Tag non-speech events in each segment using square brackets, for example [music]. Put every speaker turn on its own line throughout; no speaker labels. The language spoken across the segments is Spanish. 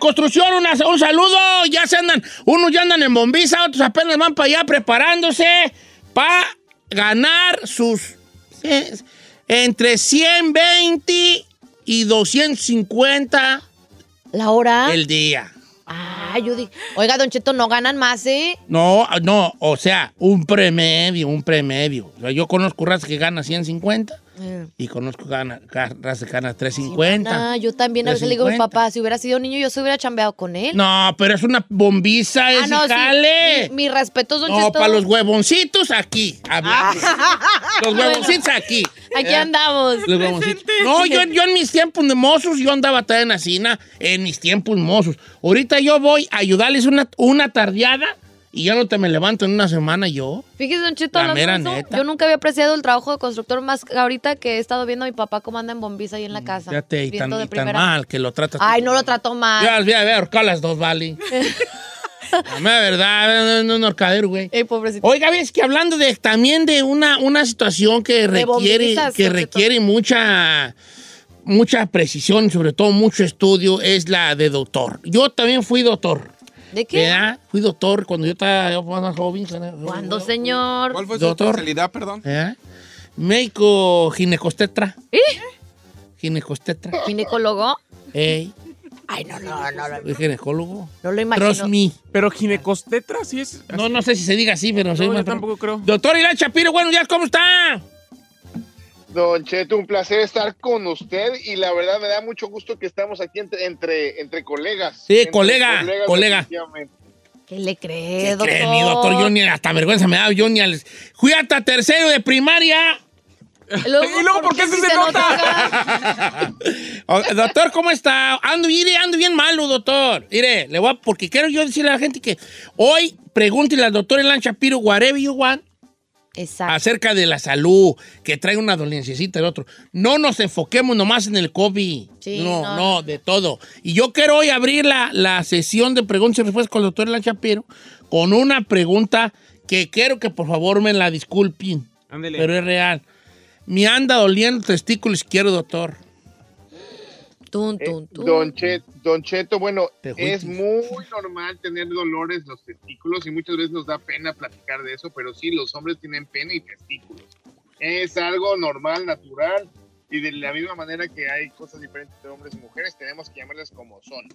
construcción, una- un saludo. Ya se andan, unos ya andan en bombiza, otros apenas van para allá preparándose para ganar sus eh, entre 120 y 250
¿La hora?
el día.
Ah, yo dije, oiga, Don Cheto, no ganan más, ¿eh?
No, no, o sea, un premedio, un premedio. O sea, yo conozco razas que gana 150
Eh.
y conozco gana- ga- razas que gana
Ah,
350.
yo también a veces le digo a mi
350.
papá, si hubiera sido niño, yo se hubiera chambeado con él.
No, pero es una bombiza, es
ah, no, sí.
jale.
Mi, mi respeto, Don
No,
Cheto.
para los huevoncitos aquí. hablamos. los huevoncitos aquí.
Aquí
Eh,
andamos.
los huevoncitos. No, yo, yo en mis tiempos de mozos, yo andaba también así, na, en mis tiempos mozos. Ahorita yo voy a ayudarles una, una tardeada y ya no te me levanto en una semana yo.
Fíjese, Don Cheto,
La
hablando
mera
de eso,
neta.
yo nunca había apreciado el trabajo de constructor más que ahorita que he estado viendo a mi papá cómo anda en bombiza ahí en la casa.
Mm, Fíjate, y tan,
viendo de
y tan
primera.
mal que lo tratas.
Ay, no lo trató mal.
Ya las voy a ver, ahorcar las dos, vale. La mera verdad, no, no, no, horcadero, güey.
Ey, pobrecito.
Oiga, ves que hablando de, también de una, una situación que requiere,
bombizas,
que
sobre
requiere mucha, mucha precisión, sobre todo mucho estudio, es la de doctor. Yo también fui doctor.
¿De qué?
¿verdad? Fui doctor cuando yo estaba yo más joven. joven,
¿Cuándo,
joven,
señor?
¿Cuál fue
Doctor.
su especialidad, perdón?
¿verdad? Médico ginecostetra.
¿Eh?
Ginecostetra.
¿Ginecólogo?
Ey,
Ay, no, no, no, no,
fui ginecólogo.
no lo
Trust
imagino.
me.
Pero ginecostetra sí es.
No, no sé si se diga así, pero soy
yo
más-
tampoco creo.
Doctor Irán Chapiro, buenos días, ¿cómo está?
Don Cheto, un placer estar con usted y la verdad me da mucho gusto que estamos aquí entre, entre, entre colegas.
Sí,
Entre
colega, colega.
definitivamente.
¿Qué le cree,
¿Qué
doctor?
cree, mi Eh, doctor? Yo ni hasta vergüenza me da, yo ni al... Fui hasta tercero de primaria.
[laughs]
¿Y luego por qué se
sí
se nota?
oiga?
O- eh, doctor, ¿cómo está? Ando, mire, ando bien malo, doctor. Mire, le voy a- porque quiero yo decirle a la gente que hoy pregúntele al doctor Elan Shapiro, whatever you want,
[laughs] Exacto.
acerca de la salud, que trae una dolenciecita el otro. No nos enfoquemos nomás en el COVID.
Sí,
no,
no.
no, de todo. Y yo quiero hoy abrir la, la sesión de preguntas y respuestas con el doctor Elan Shapiro con una pregunta que quiero que por favor me la disculpen,
Ándele.
pero es real. Me anda doliendo el testículo izquierdo, doctor. Ah,
Tun,
Eh,
tun, tun.
don, Che- don Cheto, bueno,
Te
es
fuiste.
muy normal tener dolores en los testículos y muchas veces nos da pena platicar de eso, pero sí, los hombres tienen pena y testículos. Es algo normal, natural y de la misma manera que hay cosas diferentes entre hombres y mujeres, tenemos que llamarlas como son.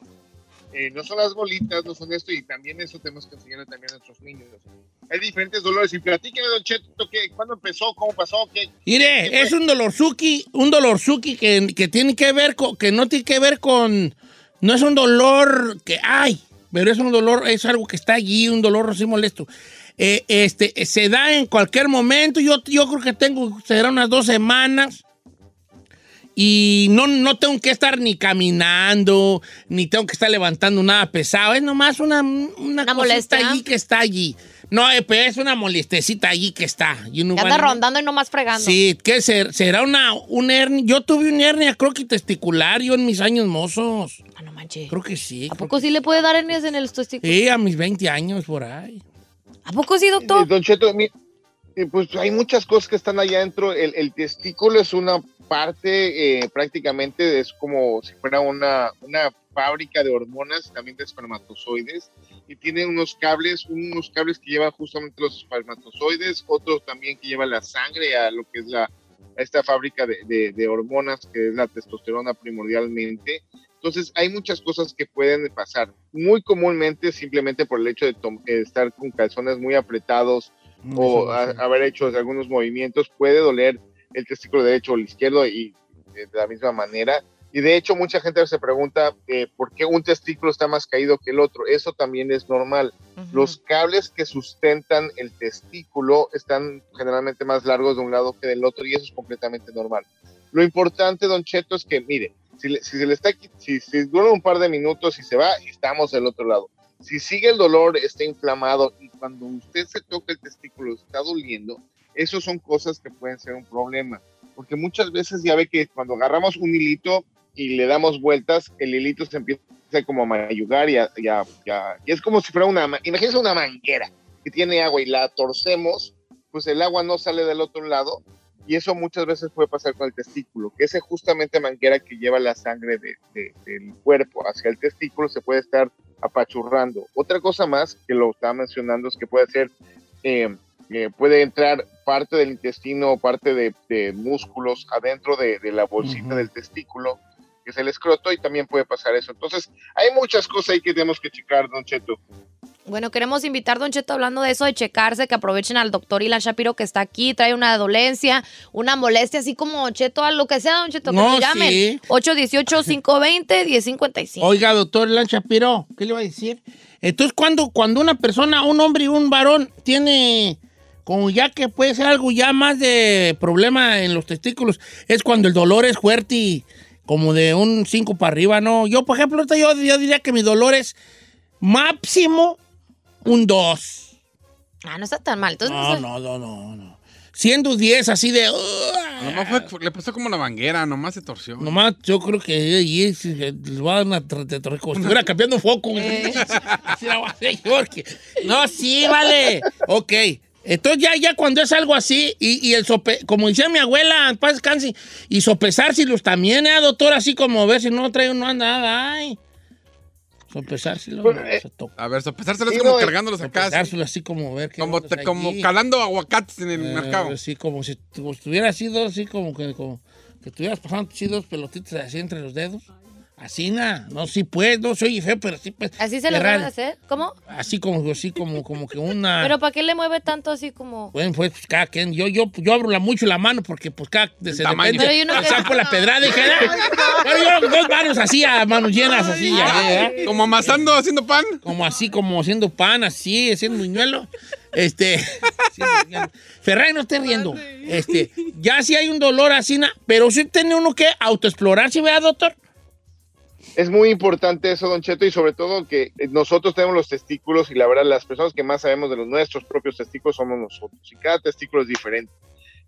Eh, no son las bolitas, no son esto y también eso tenemos que enseñarle también a nuestros niños. Hay diferentes dolores y platíqueme, don Cheto, ¿qué, ¿cuándo empezó? ¿Cómo pasó? ¿Qué?
Mire, es un dolorzuki, un dolorzuki que, que tiene que ver con, que no tiene que ver con, no es un dolor que hay, pero es un dolor, es algo que está allí, un dolor así molesto. Eh, este, eh, se da en cualquier momento, yo, yo creo que tengo, será unas dos semanas. Y no, no tengo que estar ni caminando, ni tengo que estar levantando nada pesado. Es nomás una, una, cosita
molestia.
allí que está allí. No, eh, pero es una molestecita allí que está. You know
Que
what
anda
I mean?
rondando y nomás fregando.
Sí, ¿qué ser- será una un hernia? Yo tuve una hernia, creo que testicular, yo en mis años mozos.
Ah, no manches.
Creo que sí.
¿A
creo
poco sí le puede dar hernias en el
que-
testículo?
Sí, a mis 20 años por ahí.
¿A poco sí,
Eh,
doctor?
Don Cheto, mi- eh, pues hay muchas cosas que están allá adentro. El, el testículo es una parte eh, prácticamente, es como si fuera una, una fábrica de hormonas, también de espermatozoides, y tiene unos cables, unos cables que llevan justamente los espermatozoides, otros también que llevan la sangre a lo que es la, a esta fábrica de, de- de hormonas, que es la testosterona primordialmente. Entonces, hay muchas cosas que pueden pasar. Muy comúnmente, simplemente por el hecho de tom- eh, estar con calzones muy apretados o a- haber hecho algunos movimientos, puede doler el testículo derecho o el izquierdo y eh, de la misma manera. Y de hecho, mucha gente se pregunta eh, por qué un testículo está más caído que el otro. Eso también es normal.
Ujú.
Los cables que sustentan el testículo están generalmente más largos de un lado que del otro y eso es completamente normal. Lo importante, don Cheto, es que mire, si, le- si se le está, qui- si, si dura un par de minutos y se va, estamos del otro lado. Si sigue el dolor, está inflamado y cuando usted se toca el testículo, está doliendo, eso son cosas que pueden ser un problema. Porque muchas veces ya ve que cuando agarramos un hilito y le damos vueltas, el hilito se empieza como a mayugar y, a- y a- y a- y es como si fuera una, ma- imagínense una manguera que tiene agua y la torcemos, pues el agua no sale del otro lado Y eso muchas veces puede pasar con el testículo, que ese justamente manguera que lleva la sangre de- de- del cuerpo hacia el testículo se puede estar apachurrando. Otra cosa más que lo estaba mencionando es que puede ser, eh, eh, puede entrar parte del intestino o parte de, de músculos adentro de, de la bolsita
Ujú.
del testículo, que es el escroto, y también puede pasar eso. Entonces, hay muchas cosas ahí que tenemos que checar, don Cheto.
Bueno, queremos invitar Don Cheto hablando de eso, de checarse, que aprovechen al doctor Ilan Shapiro que está aquí, trae una dolencia, una molestia, así como Cheto, a lo que sea, Don Cheto, que
No,
nos llamen.
sí.
818-520-1055.
Oiga, doctor Elan Shapiro, ¿qué le va a decir? Entonces, cuando, cuando una persona, un hombre y un varón, tiene, como ya que puede ser algo ya más de problema en los testículos, es cuando el dolor es fuerte y como de un 5 para arriba, ¿no? Yo, por ejemplo, ahorita yo, yo diría que mi dolor es máximo un 2.
Ah, no está tan mal. Entonces,
No, no, no, no, no. Siendo 10 así de...
Ah.
Nomás fue- le pasó como la manguera, nomás se torció.
Nomás yo creo que ahí es- eh, les va a dar una tra- tra- tra- como
[laughs]
si estuviera cambiando foco. [laughs] Así la voy a hacer, Jorge. No, sí, vale. Ok. Entonces ya, ya cuando es algo así, y, y el sope, como decía mi abuela, en paz descanse, y sopesárselos también, ¿eh, doctor? Así como ver si no trae uno nada, ay. Sopesárselos,
Pues,
no,
eh,
se toca.
A ver, sopesárselos
Sí,
como
no, eh,
cargándolos acá. así.
Sopesárselos así como ver qué
Como,
onda
te-
hay
como
aquí.
calando aguacates en el
Eh,
mercado.
Sí, como si como estuviera así, dos, así como que, como que estuvieras pasando así dos pelotitas así entre los dedos. Así nada, no, sí pues, no se oye feo, pero sí pues.
así se lo
errar.
van a hacer. ¿Cómo?
Así como, así como, como que
[laughs]
una...
Pero ¿para qué le mueve tanto así como.?
Bueno, pues, pues, cada quien, yo, yo, yo abro la, mucho la mano porque pues cada... Se
tamaño.
depende,
Pero yo no
al
creo-
sapo la pedrada dije,
[laughs]
"Ah". Pero yo abro dos manos así, a manos llenas, así, ya, ¿eh?
Como amasando, haciendo pan.
como así, como haciendo pan, así, haciendo buñuelo. Este, [laughs] haciendo buñuelo. Ferrari, no esté riendo. Este, ya si hay un dolor así, na- pero sí tiene uno que autoexplorarse, ¿verdad, doctor?
Es muy importante eso, Don Cheto, y sobre todo que eh, nosotros tenemos los testículos y la verdad las personas que más sabemos de los nuestros propios testículos somos nosotros y cada testículo es diferente.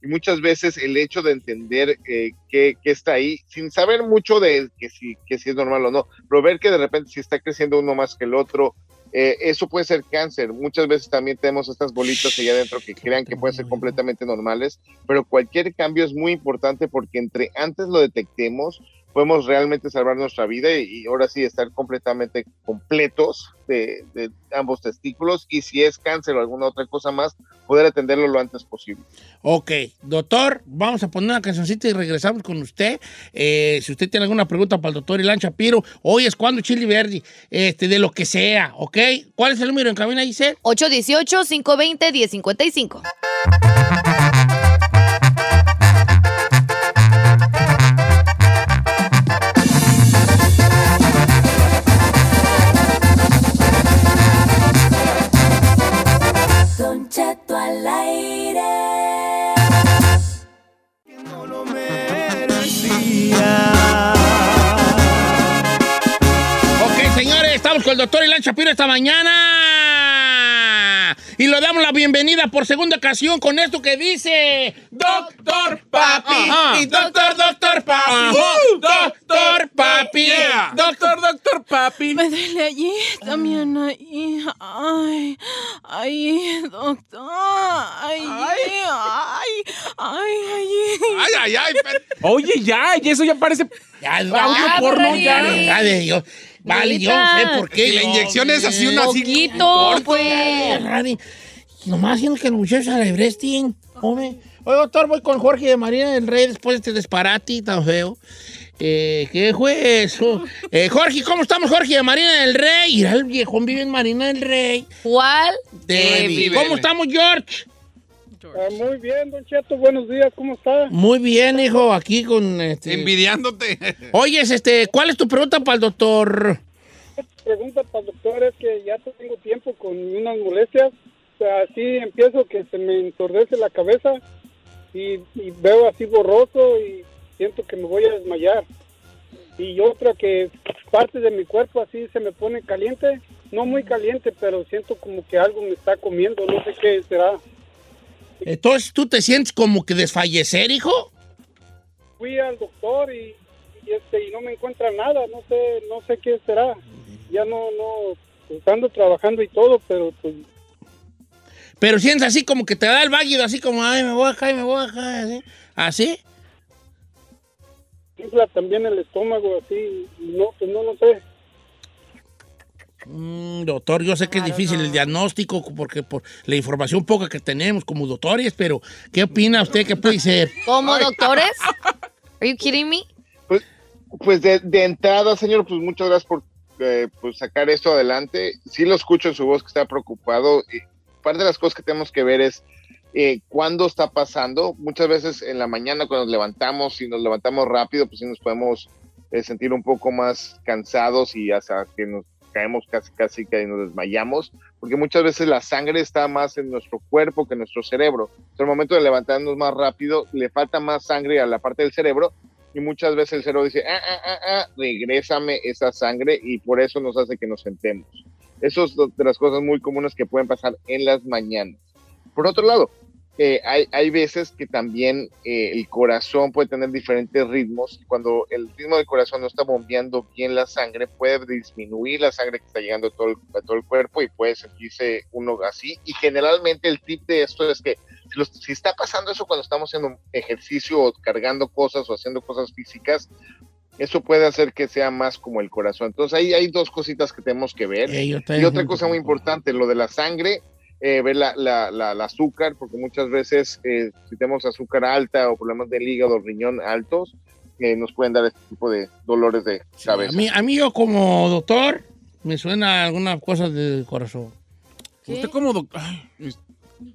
Y muchas veces el hecho de entender eh, que, que está ahí, sin saber mucho de que si, que si es normal o no, pero ver que de repente si está creciendo uno más que el otro, eh, eso puede ser cáncer. Muchas veces también tenemos estas bolitas allá adentro que crean que pueden ser completamente normales, pero cualquier cambio es muy importante porque entre antes lo detectemos, podemos realmente salvar nuestra vida y, y ahora sí estar completamente completos de, de ambos testículos y si es cáncer o alguna otra cosa más, poder atenderlo lo antes posible.
Ok, doctor, vamos a poner una cancioncita y regresamos con usted. Eh, si usted tiene alguna pregunta para el doctor Ilan Shapiro, hoy es cuando Chili Verdi, este, de lo que sea, ¿ok? ¿Cuál es el número en cabina, Giselle?
818-520-1055.
Don Cheto al aire.
Ok, señores, estamos con el doctor Ilan Shapiro esta mañana. Y le damos la bienvenida por segunda ocasión con esto que dice...
Doctor
Ajá.
doctor, doctor papi.
Uh, doctor papi.
Doctor, doctor papi.
Me duele allí, también
Ah.
ahí. Ay, ay, doctor. Ay, ay, ay, ay.
Ay, ay, ay. Oye, ya, y eso ya
[laughs]
parece.
Ya,
audio
ya,
porno, ya.
ya de Dios. Vale, yo no sé por qué.
Y la
yo-
inyección es así, una así.
Poquito, ¡Oh, pues.
Rari. Nomás haciendo que el muchacho se bresting, hombre. Oye, doctor, voy con Jorge de María del Rey después de este disparate tan feo. Eh, ¿Qué fue eso? Eh, Jorge, ¿cómo estamos, Jorge de Marina del Rey? Irá el viejón vive en Marina del Rey.
¿Cuál?
Debbie.
Debbie.
¿Cómo estamos, George?
Eh, muy bien, Don Cheto, buenos días, ¿cómo está?
Muy bien, hijo, aquí con este.
Envidiándote.
Oyes, este, ¿cuál es tu pregunta para el doctor?
Pregunta para el doctor es que ya tengo tiempo con unas molestias, o sea, así empiezo que se me entordece la cabeza y, y veo así borroso y siento que me voy a desmayar. Y otra que parte de mi cuerpo así se me pone caliente, no muy caliente, pero siento como que algo me está comiendo, no sé qué será.
Entonces, Eh, ¿tú te sientes como que desfallecer, hijo?
fui al doctor y, y, este y no me encuentra nada, no sé, no sé qué será. Ya no, no, pues, ando trabajando y todo, pero pues
Pero sientes así como que te da el váguido, así como, ay, me voy acá y me voy acá, así. ¿Así?
infla también el estómago así, y no, pues no, no sé.
Mm, doctor, yo sé que es difícil el diagnóstico porque por la información poca que tenemos como doctores, pero ¿qué opina usted que
[laughs]
puede ser?
¿Cómo, doctores? [laughs] Are you kidding me?
Pues de, de entrada, señor, pues muchas gracias por eh, pues sacar esto adelante. Sí lo escucho en su voz que está preocupado. Y parte de las cosas que tenemos que ver es eh, cuándo está pasando. Muchas veces en la mañana cuando nos levantamos, si nos levantamos rápido, pues sí nos podemos eh, sentir un poco más cansados y hasta que nos caemos casi, casi que nos desmayamos, porque muchas veces la sangre está más en nuestro cuerpo que en nuestro cerebro. Entonces, el momento de levantarnos más rápido, le falta más sangre a la parte del cerebro y muchas veces el cerebro dice, ah, ah, ah, ah, regrésame esa sangre y por eso nos hace que nos sentemos. Eso es de las cosas muy comunes que pueden pasar en las mañanas. Por otro lado, eh, hay, hay veces que también eh, el corazón puede tener diferentes ritmos. Cuando el ritmo del corazón no está bombeando bien la sangre, puede disminuir la sangre que está llegando a todo el, a todo el cuerpo y puede sentirse uno así. Y generalmente el tip de esto es que si, los- si está pasando eso cuando estamos haciendo ejercicio o cargando cosas o haciendo cosas físicas, eso puede hacer que sea más como el corazón. Entonces ahí hay dos cositas que tenemos que ver.
Eh, yo
Y
también-
otra cosa muy importante, lo de la sangre, eh, ver la, la- la- el azúcar, porque muchas veces eh, si tenemos azúcar alta o problemas del hígado, riñón altos, eh, nos pueden dar este tipo de dolores de
A
cabeza.
mí, a mí yo como doctor me suena alguna cosa del corazón.
Usted como doctor. ¿Y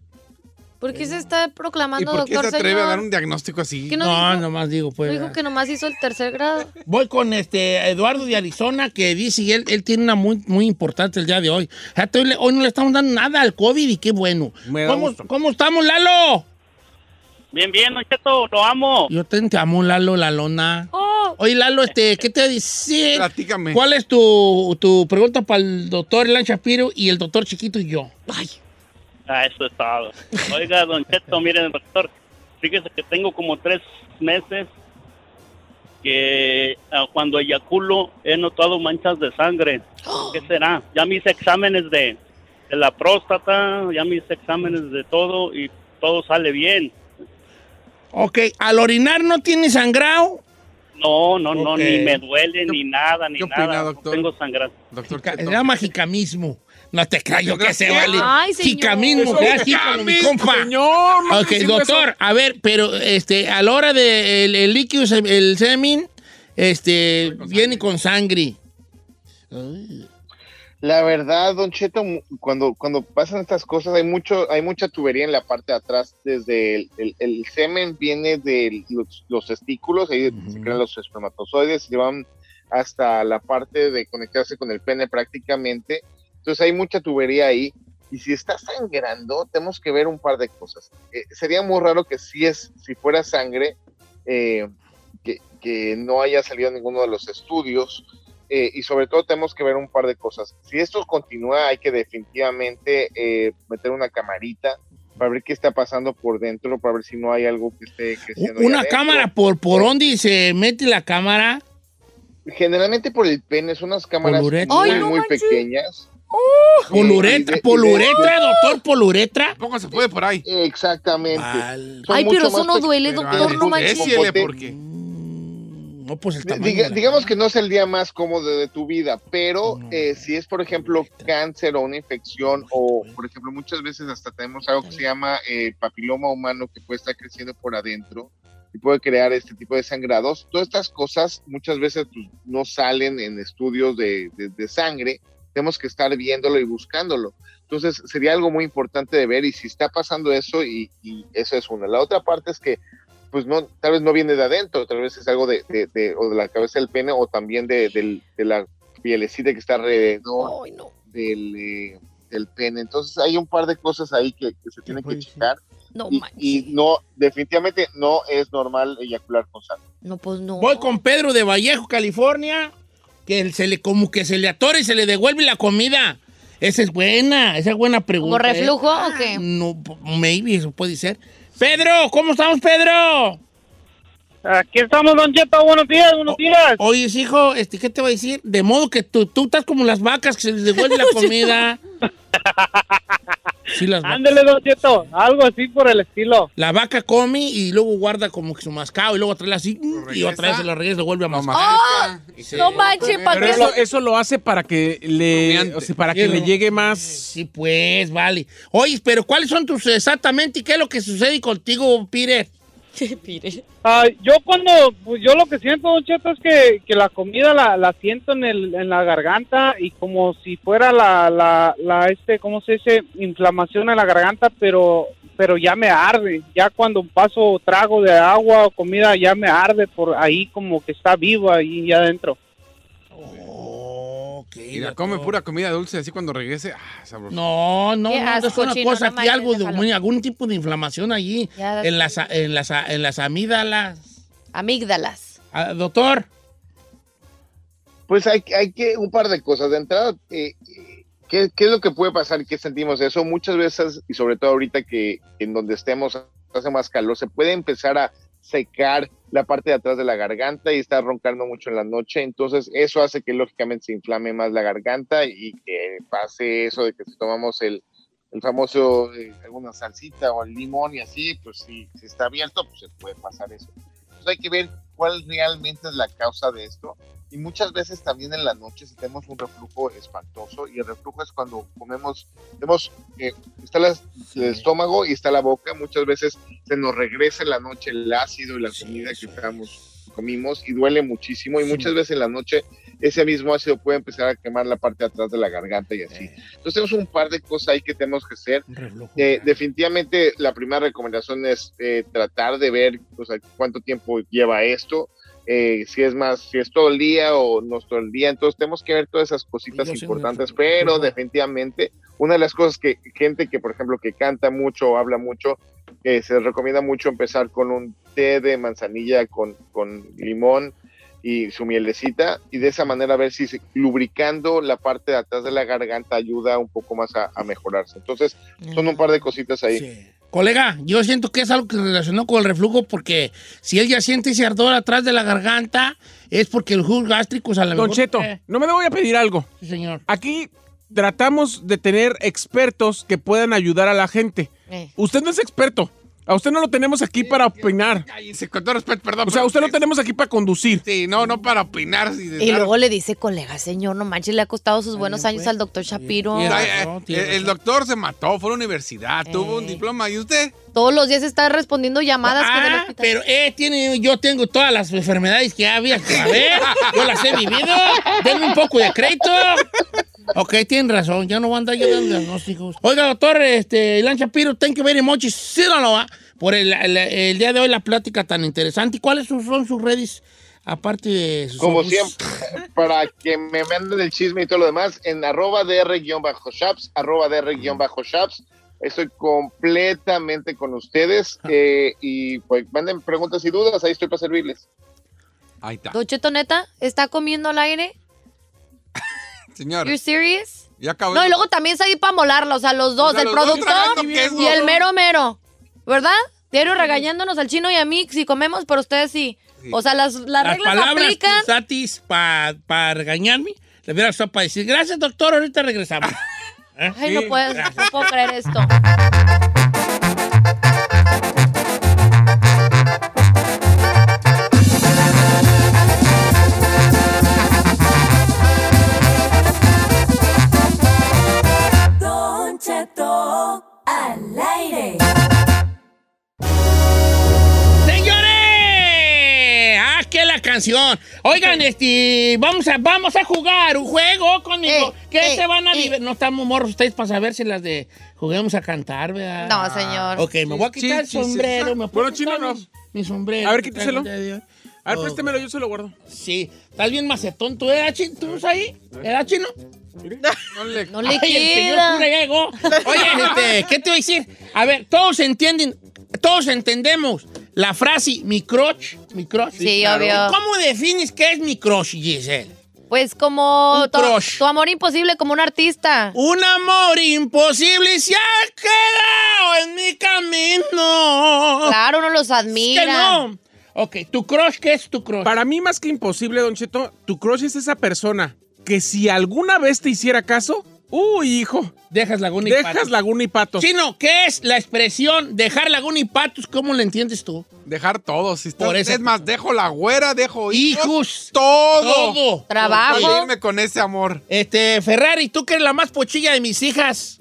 ¿Por qué se está proclamando
Eh, por qué
doctor,
se atreve
señor?
a dar un diagnóstico así?
¿Qué no,
No,
dijo?
nomás digo, pues.
No dijo que nomás hizo el tercer
[laughs]
grado.
Voy con este Eduardo de Arizona que dice, y él, él tiene una muy, muy importante el día de hoy. Fíjate, Hoy, le- hoy no le estamos dando nada al COVID y qué bueno.
Me da
¿Cómo,
gusto.
¿Cómo estamos, Lalo?
Bien, bien, Don Cheto, lo amo.
Yo te, te amo, Lalo, la lona.
Oh,
Oye, Lalo, este, ¿qué te dice?
Platícame.
¿Cuál es tu, tu pregunta para el doctor Elan Shapiro y el doctor Chiquito y yo?
Ah, eso es todo. Oiga, Don Cheto, miren, doctor, fíjese que tengo como tres meses que ah, cuando eyaculo he notado manchas de sangre. ¿Qué será? Ya me hice exámenes de, de la próstata, ya me hice exámenes de todo y todo sale bien.
Ok, al orinar no tiene sangrado.
No, no, no,
Ok.
ni me duele, ni nada, ni
qué opina,
nada. No
doctor?
tengo sangrado.
Doctor,
Ca-
¿qué
Se
to-
llama jicamismo. No te crayo que se
Ay,
vale.
señor.
Jicamismo,
Eso
que
es
así como mi
camis,
compa.
Señor, no
Ok,
sé si fue
doctor, a ver, pero este, a la hora de el, el líquido, se- el semen, este, viene con sangre.
La verdad, Don Cheto, mu- cuando, cuando pasan estas cosas hay mucho, hay mucha tubería en la parte de atrás, desde el, el- el semen viene de los, los testículos, ahí se crean los espermatozoides, y van hasta la parte de conectarse con el pene prácticamente. Entonces hay mucha tubería ahí. Y si está sangrando, tenemos que ver un par de cosas. Eh, sería muy raro que si es, si fuera sangre, eh, que, que no haya salido ninguno de los estudios. eh, y sobre todo tenemos que ver un par de cosas. Si esto continúa, hay que definitivamente eh, meter una camarita para ver qué está pasando por dentro, para ver si no hay algo que esté creciendo. ahí
Una
adentro.
cámara por por donde se mete la cámara.
Generalmente por el pene, son unas cámaras
Polureta.
muy,
Ay, no
muy
manches. Oh.
pequeñas. Sí, y
Poluretra,
de- y de-
poluretra, doctor, poluretra.
Tampoco se puede por ahí.
Exactamente.
Al-
Son
Ay,
mucho
pero eso
más
no
pe-
duele,
Pero
doctor, no
ándale,
manches.
ese-
déciele, porque.
Mm, No, pues el tamaño.
Diga-
de la-
digamos que no es el día más cómodo de tu vida, pero
No.
eh, si es, por ejemplo, cáncer o una infección, o por ejemplo, muchas veces hasta tenemos algo que se llama eh, papiloma humano que puede estar creciendo por adentro y puede crear este tipo de sangrados. Todas estas cosas muchas veces pues, no salen en estudios de, de- de sangre, tenemos que estar viéndolo y buscándolo. Entonces sería algo muy importante de ver y si está pasando eso y, y eso es una. La otra parte es que pues no, tal vez no viene de adentro, tal vez es algo de, de, de- o de la cabeza del pene o también de, del- de la pielecita que está alrededor
Ay, no.
del, eh, del pene. Entonces hay un par de cosas ahí que, que se tienen que
puede ser?
checar
No
y,
manches.
y no, definitivamente no es normal eyacular con sangre.
No, pues no.
Voy con Pedro de Vallejo, California, que él se le como que se le atora y se le devuelve la comida. Esa es buena, esa es buena
¿Como
pregunta. ¿eh?
reflujo o qué?
No, maybe eso puede ser. Pedro, ¿cómo estamos, Pedro?
Aquí estamos, Don Cheto, buenos días, buenos días.
Oye, hijo, este, ¿qué te va a decir?
[laughs]
De modo que tú, tú estás como las vacas que se les devuelve la comida. Sí, las vacas.
Ándele, Don Cheto, algo así por el estilo.
La vaca come y luego guarda como que su mascado y luego trae así y
regresa.
otra vez se la regresa y lo vuelve a mascar.
Ah, y se-
No manches, ¿para
Pero
qué?
eso, eso lo hace para que le,
Rumiante.
o sea, para que le llegue más.
Ah, Sí, pues, vale. Oye, pero ¿cuáles son tus exactamente y qué es lo que sucede contigo, Peter?
Ah, yo cuando, pues yo lo que siento, Don Cheto, es que, que la comida la, la siento en, el, en la garganta y como si fuera la, la, la, este, ¿cómo se dice? Inflamación en la garganta, pero pero ya me arde, ya cuando paso trago de agua o comida ya me arde por ahí como que está viva ahí adentro.
Oh, qué
Y la come pura comida dulce, así cuando regrese. Ah, sabroso.
No, no,
Qué
no, no, es
asco,
una
chino,
cosa
no
que
manches,
algo de
déjalo.
algún tipo de inflamación allí
Ya,
en las a- en las a- en las amígdalas.
Amígdalas.
Ah, doctor,
Pues hay, hay que un par de cosas. De entrada, eh, ¿qué, qué es lo que puede pasar? ¿Qué sentimos eso? Muchas veces, y sobre todo ahorita que en donde estemos hace más calor, se puede empezar a secar la parte de atrás de la garganta y estar roncando mucho en la noche. Entonces, eso hace que lógicamente se inflame más la garganta y que pase eso de que si tomamos el, el famoso, eh, alguna salsita o el limón y así, pues si, si está abierto, pues se puede pasar eso. Entonces, hay que ver cuál realmente es la causa de esto y muchas veces también en la noche si tenemos un reflujo espantoso y el reflujo es cuando comemos, tenemos, eh, está las- el estómago y está la boca, muchas veces se nos regresa en la noche el ácido y la comida que estamos, comimos y duele muchísimo y muchas veces en la noche ese mismo ácido puede empezar a quemar la parte de atrás de la garganta y así. Entonces tenemos un par de cosas ahí que tenemos que hacer
un reflujo.
eh, definitivamente la primera recomendación es eh, tratar de ver o sea, cuánto tiempo lleva esto, eh, si es más, si es todo el día o no es todo el día. Entonces tenemos que ver todas esas cositas
Yo soy
importantes,
neutro.
pero
Ajá.
definitivamente una de las cosas que gente que, por ejemplo, que canta mucho o habla mucho, eh, se recomienda mucho empezar con un té de manzanilla con, con limón y su mielecita y de esa manera ver si se- lubricando la parte de atrás de la garganta ayuda un poco más a, a mejorarse. Entonces son un par de cositas ahí.
Sí. Colega, yo siento que es algo que se relacionó con el reflujo porque si él ya siente ese ardor atrás de la garganta es porque el jugo gástrico es a la
Don Cheto, no me le voy a pedir algo.
Sí, señor.
Aquí tratamos de tener expertos que puedan ayudar a la gente.
Eh.
Usted no es experto. A usted no lo tenemos aquí para opinar.
Ay, se- con todo respeto, perdón.
O sea,
pero-
usted lo tenemos aquí para conducir.
Sí, no, no para opinar. sí, de
Y
dar-
luego le dice, colega, señor, no manches, le ha costado sus buenos
bien,
años
pues.
al doctor Shapiro.
Bien,
Ay,
Tiene
eh,
razón,
el,
tiene
el
razón.
doctor se mató, fue a la universidad, tuvo un
Eh.
diploma. ¿Y usted?
Todos los días está respondiendo llamadas que del
Ah,
hospital.
pero eh, tiene, yo tengo todas las enfermedades que había que haber. yo las he vivido. Denme un poco de crédito. Ok, tienen razón. Ya no van a andar yo dando diagnósticos. Oiga, doctor, este, Ilan Shapiro, thank you very much. Sí, no, no, ah, por el, el- el día de hoy la plática tan interesante. ¿Y cuáles son- son sus redes? Aparte de sus
Como
ojos? [laughs]
siempre, para que me manden el chisme y todo lo demás, en arroba dr-shaps, arroba dr-shaps, estoy completamente con ustedes eh, y pues manden preguntas y dudas, ahí estoy para servirles.
Ahí está.
Don Cheto, neta, ¿está comiendo al aire?
Señor,
¿You're serious?
ya acabó.
No, y luego también está ahí para molarla, o sea, los
O
dos,
sea,
el
los dos
productor
tragando queso.
y el mero mero. ¿Verdad? Diario regañándonos al chino y a mí si comemos, pero ustedes sí.
Sí.
O sea, las, las
Las
reglas
palabras
aplican.
satis para regañarme. Le hubiera estado para decir, gracias, doctor, ahorita regresamos. ¿Eh?
Ay, no
Sí,
puedo,
gracias.
no
[laughs]
puedo creer esto.
Don Cheto al aire.
¡Señores! ¡Ah, qué la canción! Oigan, este, vamos a, vamos a jugar un juego conmigo.
Eh,
¿Qué
eh,
se van a
eh.
divertir? No estamos morros ustedes para saber si las de juguemos a cantar, ¿verdad?
No, señor.
Ah. Ok, me voy a quitar el
Sí, sí, sí,
sombrero.
sí.
me puedo
Bueno,
quitar
chino, no.
mi- Mi sombrero.
A ver,
que
quítaselo.
traigo de Dios.
A ver,
Oh,
préstemelo, yo se lo guardo.
Sí, estás bien macetón. ¿Tú eras chino? ¿Tú eres ahí? ¿Eras chino?
No le-
No le
Ay, el señor
queda.
cura ya llegó. Oye, este, ¿qué te voy a decir? A ver, todos entienden, todos entendemos la frase mi crush, mi crush.
Sí, obvio.
¿Cómo defines qué es mi crush, Giselle?
Pues como
Un
tu,
crush.
tu amor imposible como un artista.
Un amor imposible se ha quedado en mi camino.
Claro, uno los
Es
admira.
que no. Ok, ¿tu crush qué es tu crush?
Para mí, más que imposible, Don Cheto, tu crush es esa persona que si alguna vez te hiciera caso, Uy, hijo.
Dejas laguna y
Dejas
patos.
Laguna y Patos.
Chino, ¿qué es la expresión dejar laguna y patos? ¿Cómo la entiendes tú?
Dejar todo. Si
Por
Por
eso-
Es más, dejo la güera, dejo hijos.
Hijos.
Todo.
Todo.
Trabajo.
Para irme con ese amor.
Este, Ferrari, tú que eres la más pochilla de mis hijas.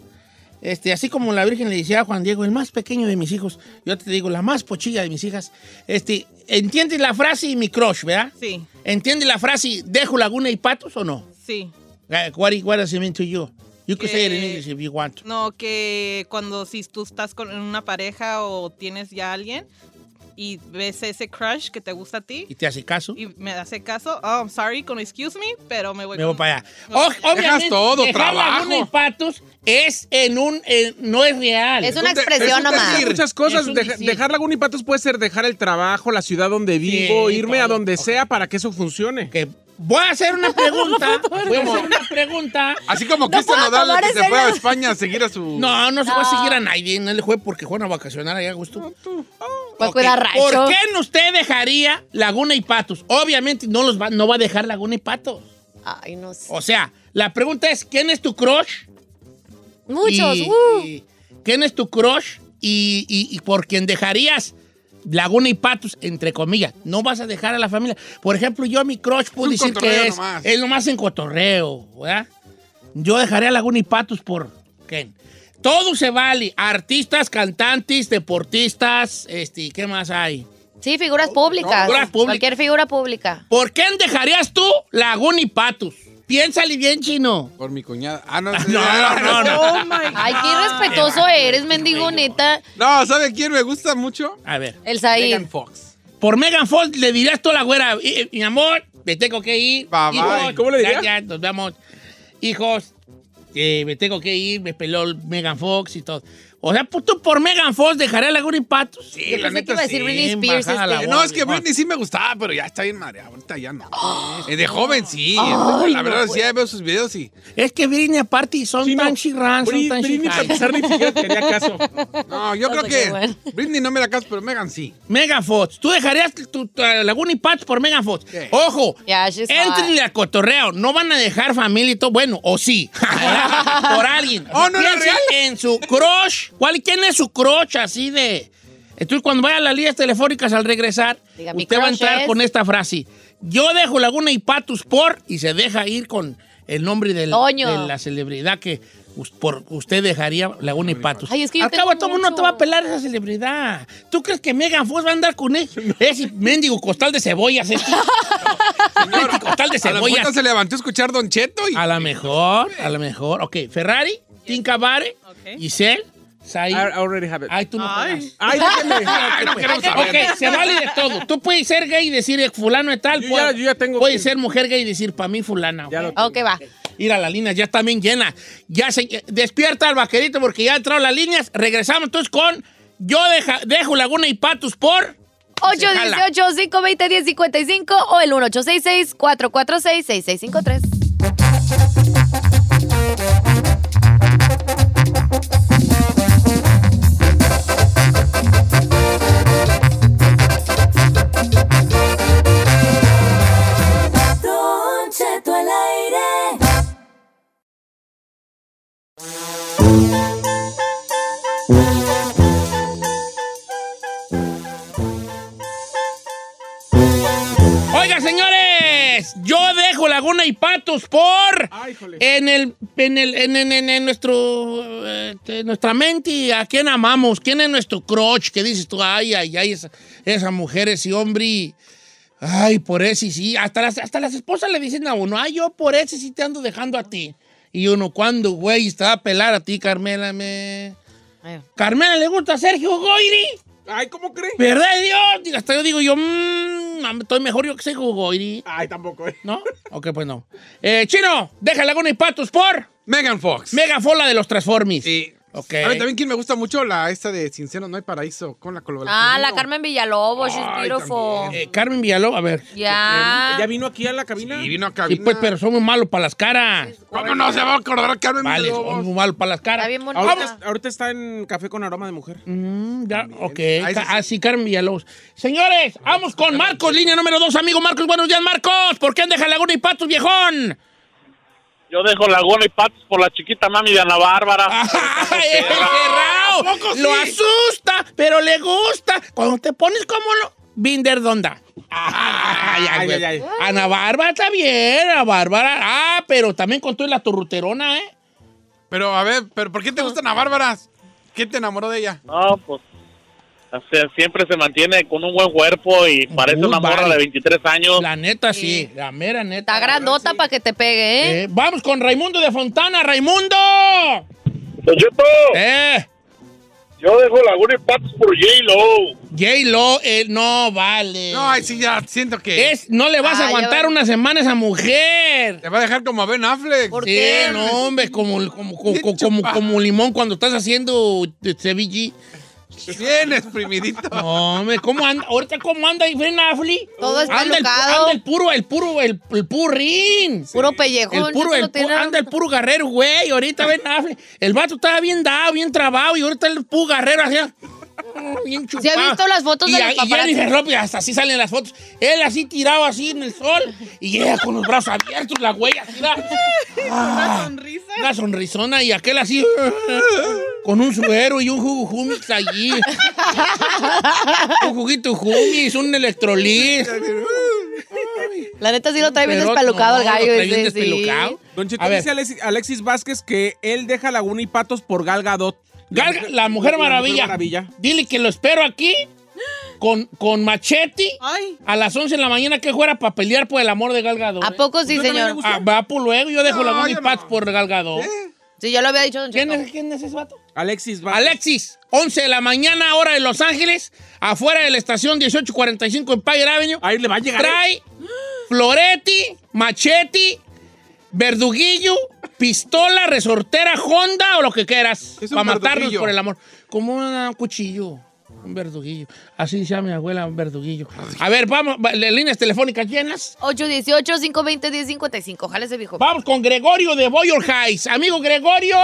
Este, así como la Virgen le decía a Juan Diego, el más pequeño de mis hijos. Yo te digo, la más pochilla de mis hijas. Este, ¿entiendes la frase mi crush, verdad?
Sí,
¿Entiendes la frase dejo laguna y patos o no?
sí.
Eh, What, it- what does it mean to you? You could say it in
Eh,
English if you want. to.
No, que cuando si tú estás con en una pareja o tienes ya alguien y ves ese crush que te gusta a ti
¿Y te hace caso?
y me hace caso, oh, I'm sorry, con excuse me, pero me voy
Me voy
con-
para allá. O-
Dejas
obviamente,
todo,
dejar laguna
trabajo.
y patos es en un, en- no es real.
Es una
Es un de-
expresión
es un
nomás.
decir, muchas cosas.
Es un
Deja-
decir.
dejar Laguna y Patos puede ser dejar el trabajo, la ciudad donde vivo,
Sí,
irme a
todo.
donde
Ok.
sea para que eso funcione.
Que voy a hacer una pregunta. voy a hacer una pregunta.
Así como Cristian
puedo
Nodal
tomar
que se
ese
fue a
lado.
España a seguir a su.
[laughs] No, no se va a
No.
seguir a nadie. No le juegue porque juegan a vacacionar allá a gusto.
Voy a
Ok,
cuidar
¿Por
rancho.
qué no usted dejaría Laguna y Patos? Obviamente no los va, no va a dejar Laguna y Patos.
Ay, no sé.
O sea, la pregunta es: ¿quién es tu crush?
Muchos.
Y-
uh.
y- ¿Quién es tu crush? Y, y- y por quién dejarías Laguna y Patos, entre comillas. No vas a dejar a la familia. Por ejemplo, yo a mi crush puedo
un
decir que
cotorreo
es.
nomás.
Es nomás en cotorreo, ¿verdad? Yo dejaré a Laguna y Patos por quién. Todo se vale. Artistas, cantantes, deportistas, este, ¿qué más hay?
Sí, figuras públicas.
Oh, figuras públicas.
Cualquier figura pública.
¿Por quién dejarías tú Laguna y Patos? Piénsale bien, chino. [laughs]
Por mi cuñada. Ah, no.
No, no, no, no.
[laughs]
Oh my
Ay, qué
qué
irrespetuoso
bárbaro,
eres,
qué
mendigo
bello.
neta.
No, ¿sabe quién me gusta mucho?
A ver.
El Said.
Megan Fox.
Por Megan Fox le dirías toda la güera, "Eh, eh, mi amor, me tengo que ir.
Bye, bye.
¿Cómo le diría?
Ya, ya, nos vemos. Hijos, eh, me tengo que ir, me peló Megan Fox y todo. O sea, pues, tú por Megan Fox dejaré a Laguna y Patos.
Sí, la
Pensé que
neta
iba a
sí.
decir Britney
Bien
Spears.
bajada la
este.
voz.
Eh, No, es que
Wow.
Britney sí me gustaba, pero ya está bien mareada. Ahorita ya
[gasps]
no. Eh, de joven sí. la verdad,
pues.
sí, ya veo sus videos
[laughs]
y.
Es que Britney aparte son
Chino,
tan chirrán, son
Bri-
tan
Britney para empezar
chirrán.
ni siquiera tenía caso.
No, yo
No
creo
sé
que.
qué bueno.
[laughs] Britney no me la caso, pero Megan
[laughs]
sí.
Megan Fox, tú dejarías tu, tu, eh, Laguna y Patos por Megan Fox.
Sí.
Ojo,
Yeah, she's hot.
entrenle al cotorreo, no van a dejar familia y todo, bueno, o sí, [laughs] por alguien.
Oh, no, no,
Piensen
real.
en su crush, ¿cuál, quién es su crush así de? Entonces cuando vaya a las líneas telefónicas al regresar,
Diga, mi
usted va a
crush
entrar
es-
con esta frase, yo dejo Laguna y Patos por, y se deja ir con el nombre del-
Toño.
de la celebridad que us- por, usted dejaría Laguna y Patos.
Ay, es que yo
Al cabo,
tengo
todo mundo no te
mucho.
va a pelar esa celebridad. ¿Tú crees que Megan Fox va a andar con
[laughs]
él? Ese mendigo costal de cebollas.
[laughs]
Este, Este costal de
A la puerta
cebollas.
se levantó a escuchar Don Cheto y.
A lo mejor, a lo mejor. Ok, Ferrari, Tinka Bare,
Ok.
Giselle,
I
Said.
already have it.
Ay, tú no
Ay.
juegas.
Ay, déjeme.
Ay,
no queremos saber.
ok, se vale de todo. Tú puedes ser gay y decir eh, fulano es tal.
Yo
puedes-
ya- yo ya tengo
Puedes
que-
ser mujer gay y decir para mí fulana.
Ya lo-
Ah, Ok, va.
Ir a las líneas, ya también llena. Ya se eh, despierta al vaquerito porque ya han entrado las líneas. Regresamos entonces con Yo deja- dejo Laguna y Patos por
818-520-1055 o el 1866-446-6653.
Don Cheto al aire.
Oiga, señores, yo dejo Laguna y Patos por
Ay, híjole.
en el en el en, en- en- en nuestro este, nuestra mente a quién amamos, quién es nuestro crush, qué dices tú, ay ay ay esa, esa mujer ese hombre. Ay, por ese sí, hasta las hasta las esposas le dicen a uno, "Ay, yo por ese sí te ando dejando a ti." Y uno, ¿cuándo, güey? Te va a pelar a ti, Carmela, me.
Ay.
Carmela le gusta a Sergio Goyri.
Ay, ¿cómo cree?
¿Verdad, Dios? Digo, Hasta yo digo, yo, mmm, estoy mejor yo que Sergio Goyri.
Ay, tampoco. eh.
¿No? Ok, pues no. Eh, Chino, deja Laguna y Patos por
Megan Fox.
Megafola de los Transformis.
Sí.
Ok.
A mí también quien me gusta mucho la esta de Sincero No hay Paraíso con la colaboración.
Ah, la Carmen Villalobos, she's
Ay,
beautiful.
también.
Eh, Carmen Villalobos, a ver.
Ya.
¿Ya vino aquí a la cabina?
Y vino a
Sí,
cabina.
pues, pero son muy malos para las caras.
¿Cómo no se va a acordar Carmen
Vale,
Villalobos?
son muy malos para las caras.
Está bien bonita.
Ah.
Ahorita, ahorita está en café con aroma de mujer.
Mm, ya, ok.
Ahí sí,
Ca-
sí.
Ah, sí, Carmen Villalobos. Señores, vamos con Marcos, línea número dos, amigo Marcos. Buenos días, Marcos. ¿Por qué deja Laguna y Patos, viejón?
Yo dejo Laguna y Patos por la chiquita mami de Ana Bárbara.
[laughs]
[laughs] ¡Ay, el Ferrao! Lo asusta, pero le gusta. Cuando te pones como lo. Binder Donda. Ay, ay, güey.
ay, ay.
Ana Bárbara está bien, Ana Bárbara. Ah, pero también con toda la turruterona, ¿eh?
Pero, a ver, pero ¿por qué te gustan a Bárbaras? ¿Quién te enamoró de ella?
No, pues. o sea, siempre se mantiene con un buen cuerpo y parece
Muy
una morra
vale.
de 23 años.
La neta, Oh. sí. La mera neta.
Está grandota para que te pegue, ¿eh?
Eh, vamos con Raimundo de Fontana. ¡Raimundo!
Don Cheto,
Eh,
Pues yo dejo Laguna y Patos por J-Lo.
J-Lo, eh, no vale.
No, ay, sí, ya siento que
Es- no le vas
Ah,
a aguantar
ya va.
una semana a esa mujer.
te va a dejar como a Ben Affleck.
¿Por
Sí,
qué? ah.
no, hombre, como, como, como,
Bien
como- como-
chupa.
como limón cuando estás haciendo eh,
[laughs]
ceviche.
Pues Bien exprimidito.
No, [laughs] hombre, ¿cómo anda? Ahorita, ¿cómo anda Ben Affleck?
Todo está
anda el, pu-
lucado.
anda el puro, el puro, el, el purrín.
Puro pellejo.
El puro, el pu- anda el puro guerrero, güey. Ahorita
[laughs]
Ben Affleck. El vato estaba bien dado, bien trabado. Y ahorita el puro guerrero
[laughs]
hacía. Bien chupado.
¿Sí ha visto las fotos
y,
de
a-
los
y
paparazzi?
Jennifer López, hasta así salen las fotos. Él así tirado así en el sol. Y ella con los brazos abiertos, la güey así. la-
Una sonrisa.
una sonrisona y aquel así con un suero y un jugo humix allí. un juguito humix, un electrolit.
La neta sí lo trae bien
Pero
despelucado
no,
el gallo.
lo trae bien
ese, sí.
despelucado.
Don Cheto
A ver.
dice Alexis, Alexis Vázquez que él deja Laguna y Patos por Gal Gadot.
Gal- la Mujer Maravilla. Dile que lo espero aquí con, con machete
Ay,
a las 11 de la mañana que fuera para pelear por el amor de Galgado.
¿A poco sí,
¿Usted también le
señor?
gusta?
Ah, va por luego, yo
No,
dejo la
yo
y
no.
Paz por Galgado.
Sí, yo lo había dicho, don
¿Quién
Cheto.
es, ¿Quién es ese vato?
Alexis Vázquez.
Alexis, 11 de la mañana, hora de Los Ángeles, afuera de la estación 1845 en Empire Avenue.
Ahí le va a llegar. ¿eh?
Trae Floretti, Machetti, Verduguillo, pistola, resortera, Honda o lo que quieras.
Es un
Para matarnos
verduguillo.
por el amor. Como un cuchillo, un verduguillo. Así se llama mi abuela, un verduguillo. A ver, vamos, va- las líneas telefónicas llenas.
818-520-1055. Jálese, viejo.
Vamos con Gregorio de Boyer Heights. Amigo Gregorio.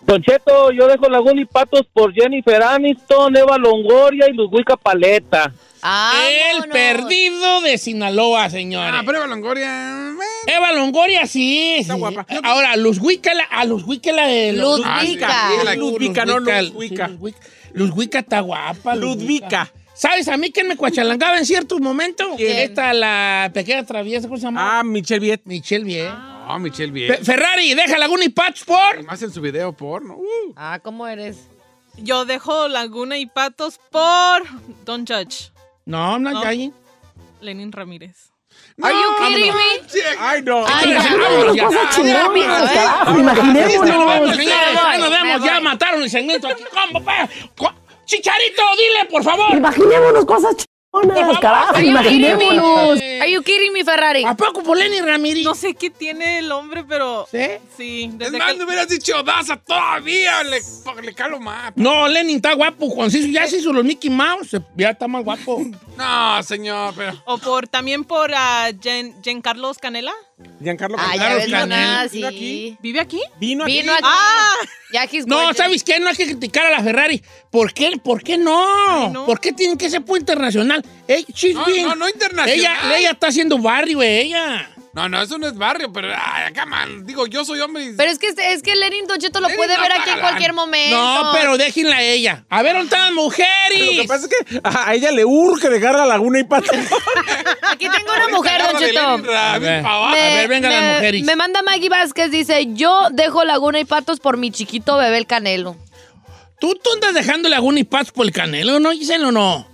Don Cheto, yo dejo Laguna y Patos por Jennifer Aniston, Eva Longoria y Ludwika Paleta.
Ah,
El perdido de Sinaloa, señores.
Ah, pero Eva Longoria. eh,
Eva Longoria, sí.
Está
sí.
guapa. Yo-
Ahora, Luz la, a Luz la de
Luz
Ah, sí,
Wicca.
sí, la-
Ludwika, no,
Ludwika,
Luz Wicca.
sí, Luz Wicca. Luz Wicca está guapa. Luz
Ludwika.
Wicca. ¿Sabes a mí quién me cuachalangaba en cierto momento?
¿Quién?
Esta, la pequeña traviesa, ¿cómo se llama?
Ah, Michelle Viet.
Michelle Bien.
Ah, Michelle
Fe-
bien.
Ferrari, deja Laguna y Patch por...
Más en su video porno. Uh.
Ah, ¿cómo eres?
yo dejo Laguna y Patos por Don Judge,
No, no,
No.
ya ahí.
Lenin Ramírez.
Are you kidding me?
eh.
Ay, no.
Ay,
Ya,
ya.
vámonos, ya.
Cosa chingona,
Vámonos,
mijo,
ya.
¿eh?
Ah,
Vámonos,
Este
vámonos,
Me
señores,
voy,
ya nos
me
vemos,
voy.
ya mataron el segmento aquí. ¿Cómo, pa? Co- Chicharito, dile, por favor.
Imaginémonos cosas chingonas, carajo, imaginémonos.
Are you kidding me, Ferrari?
¿A poco por Lenny Ramírez?
No sé qué tiene el hombre, pero
¿Sí?
sí.
Es
Desde
más,
que-
no hubieras dicho Daza todavía. Le, le calo más.
No, Lenin está guapo. Juan Ciso ya se hizo los Mickey Mouse. se- Ya está más guapo.
No, señor, pero.
O por también por ah, Jen, Jen Carlos Canela.
Giancarlo
Ah, ya
Claro,
ves,
Canel,
nada,
vino
sí.
aquí.
¿Vive aquí?
Vino aquí.
Vino aquí.
Ah,
Ya he's
No,
gorgeous.
¿sabes qué? No hay que criticar a la Ferrari. ¿Por qué? ¿Por qué no?
no.
¿Por qué tienen que ser puente internacional? Ey, she's
No,
been-
no, no internacional.
ella, ella está haciendo barrio, ella.
No, no, eso no es barrio, pero. Ay, acá mal. Digo, yo soy hombre. y-
Pero es que, este, es que Lenin Don Cheto lo
Lenin
puede
no
ver
está
aquí en
galán.
cualquier momento.
Ah, No, pero déjenla a ella. A ver, ¿dónde están las
Lo que
mujeres?
pasa es que a a ella le urge dejar a Laguna y Patos.
Aquí tengo una mujer, Don
Agarra de Lenin
Cheto.
A ver,
Ramírez pa' abajo.
a ver, vengan las mujeres.
me manda Maggie Vázquez, dice, yo dejo Laguna y Patos por mi chiquito bebé el Canelo.
¿Tú, tú andas dejándole a Gunny Paz por el canelo, ¿no, Giselle, o no?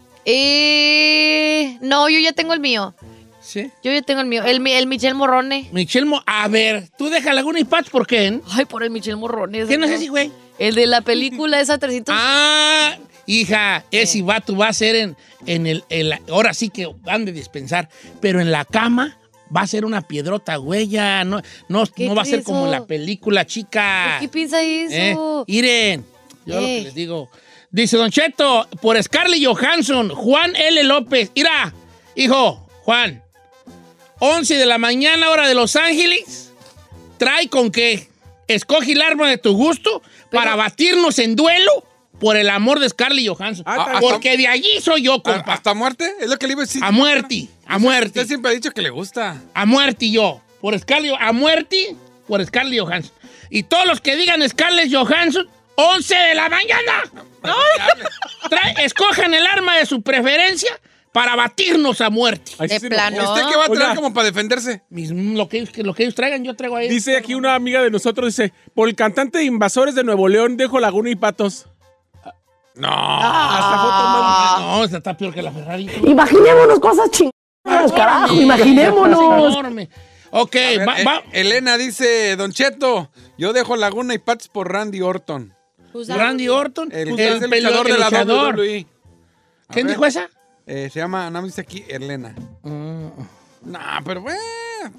Y... No, yo ya tengo el mío.
Sí.
Yo ya tengo el mío. El, mi- el Michel Morrone.
Michelle, Mo- a ver, tú déjala a Gunny Paz, ¿por qué?
Ay, por el Michel Morrone.
¿Qué no sé
señor.
si, güey?
El de la película esa
[laughs]
300.
Ah, hija, ese vato va a ser en, en el, en la- Ahora sí que han de dispensar, pero en la cama va a ser una piedrota, huella. No, no,
¿Qué
no va a ser
crees
como en
eso?
la película, chica.
¿Qué piensa
Ah. ¿Eh?
eso?
Miren, yo lo que
Ey.
les digo. Dice Don Cheto, por Scarlett Johansson, Juan L. López. Mira, hijo, Juan, 11 de la mañana, hora de Los Ángeles. Trae con qué. Escoge el arma de tu gusto para batirnos en duelo por el amor de Scarlett Johansson.
Ah,
hasta- Ah,
Porque de allí soy yo,
¿A-
compa.
¿Hasta muerte? Es lo que le iba a decir.
A muerte, a muerte.
Usted siempre ha dicho que le gusta.
A muerte yo. por Scarlett a muerte por Scarlett Johansson. Y todos los que digan Scarlett Johansson, 11 de la mañana. [laughs] Trae- escojan el arma de su preferencia para batirnos a muerte.
Ahí sí
De
se me-
plano.
¿Usted qué va a traer
Oiga.
como para defenderse?
Mis- lo, que, ellos- que lo que ellos traigan, yo traigo ahí.
Dice aquí una amiga de nosotros, dice, por el cantante de Invasores de Nuevo León, dejo Laguna y Patos.
No.
Hasta foto
Ah, No, esta está peor que la Ferrari. Ah,
Imaginémonos cosas chingonas, carajo, imaginémonos.
Enorme. Ok,
A ver,
va-
eh,
va-
Elena dice, Don Cheto, yo dejo Laguna y Pats por Randy Orton.
Pues, ah,
Randy Orton,
El,
el,
que es el
pelo-
luchador
el
de la
luchador.
WWE. A
¿Quién
ver,
dijo esa?
eh, se llama, nada más dice aquí, Elena. Mm. No, pero bueno,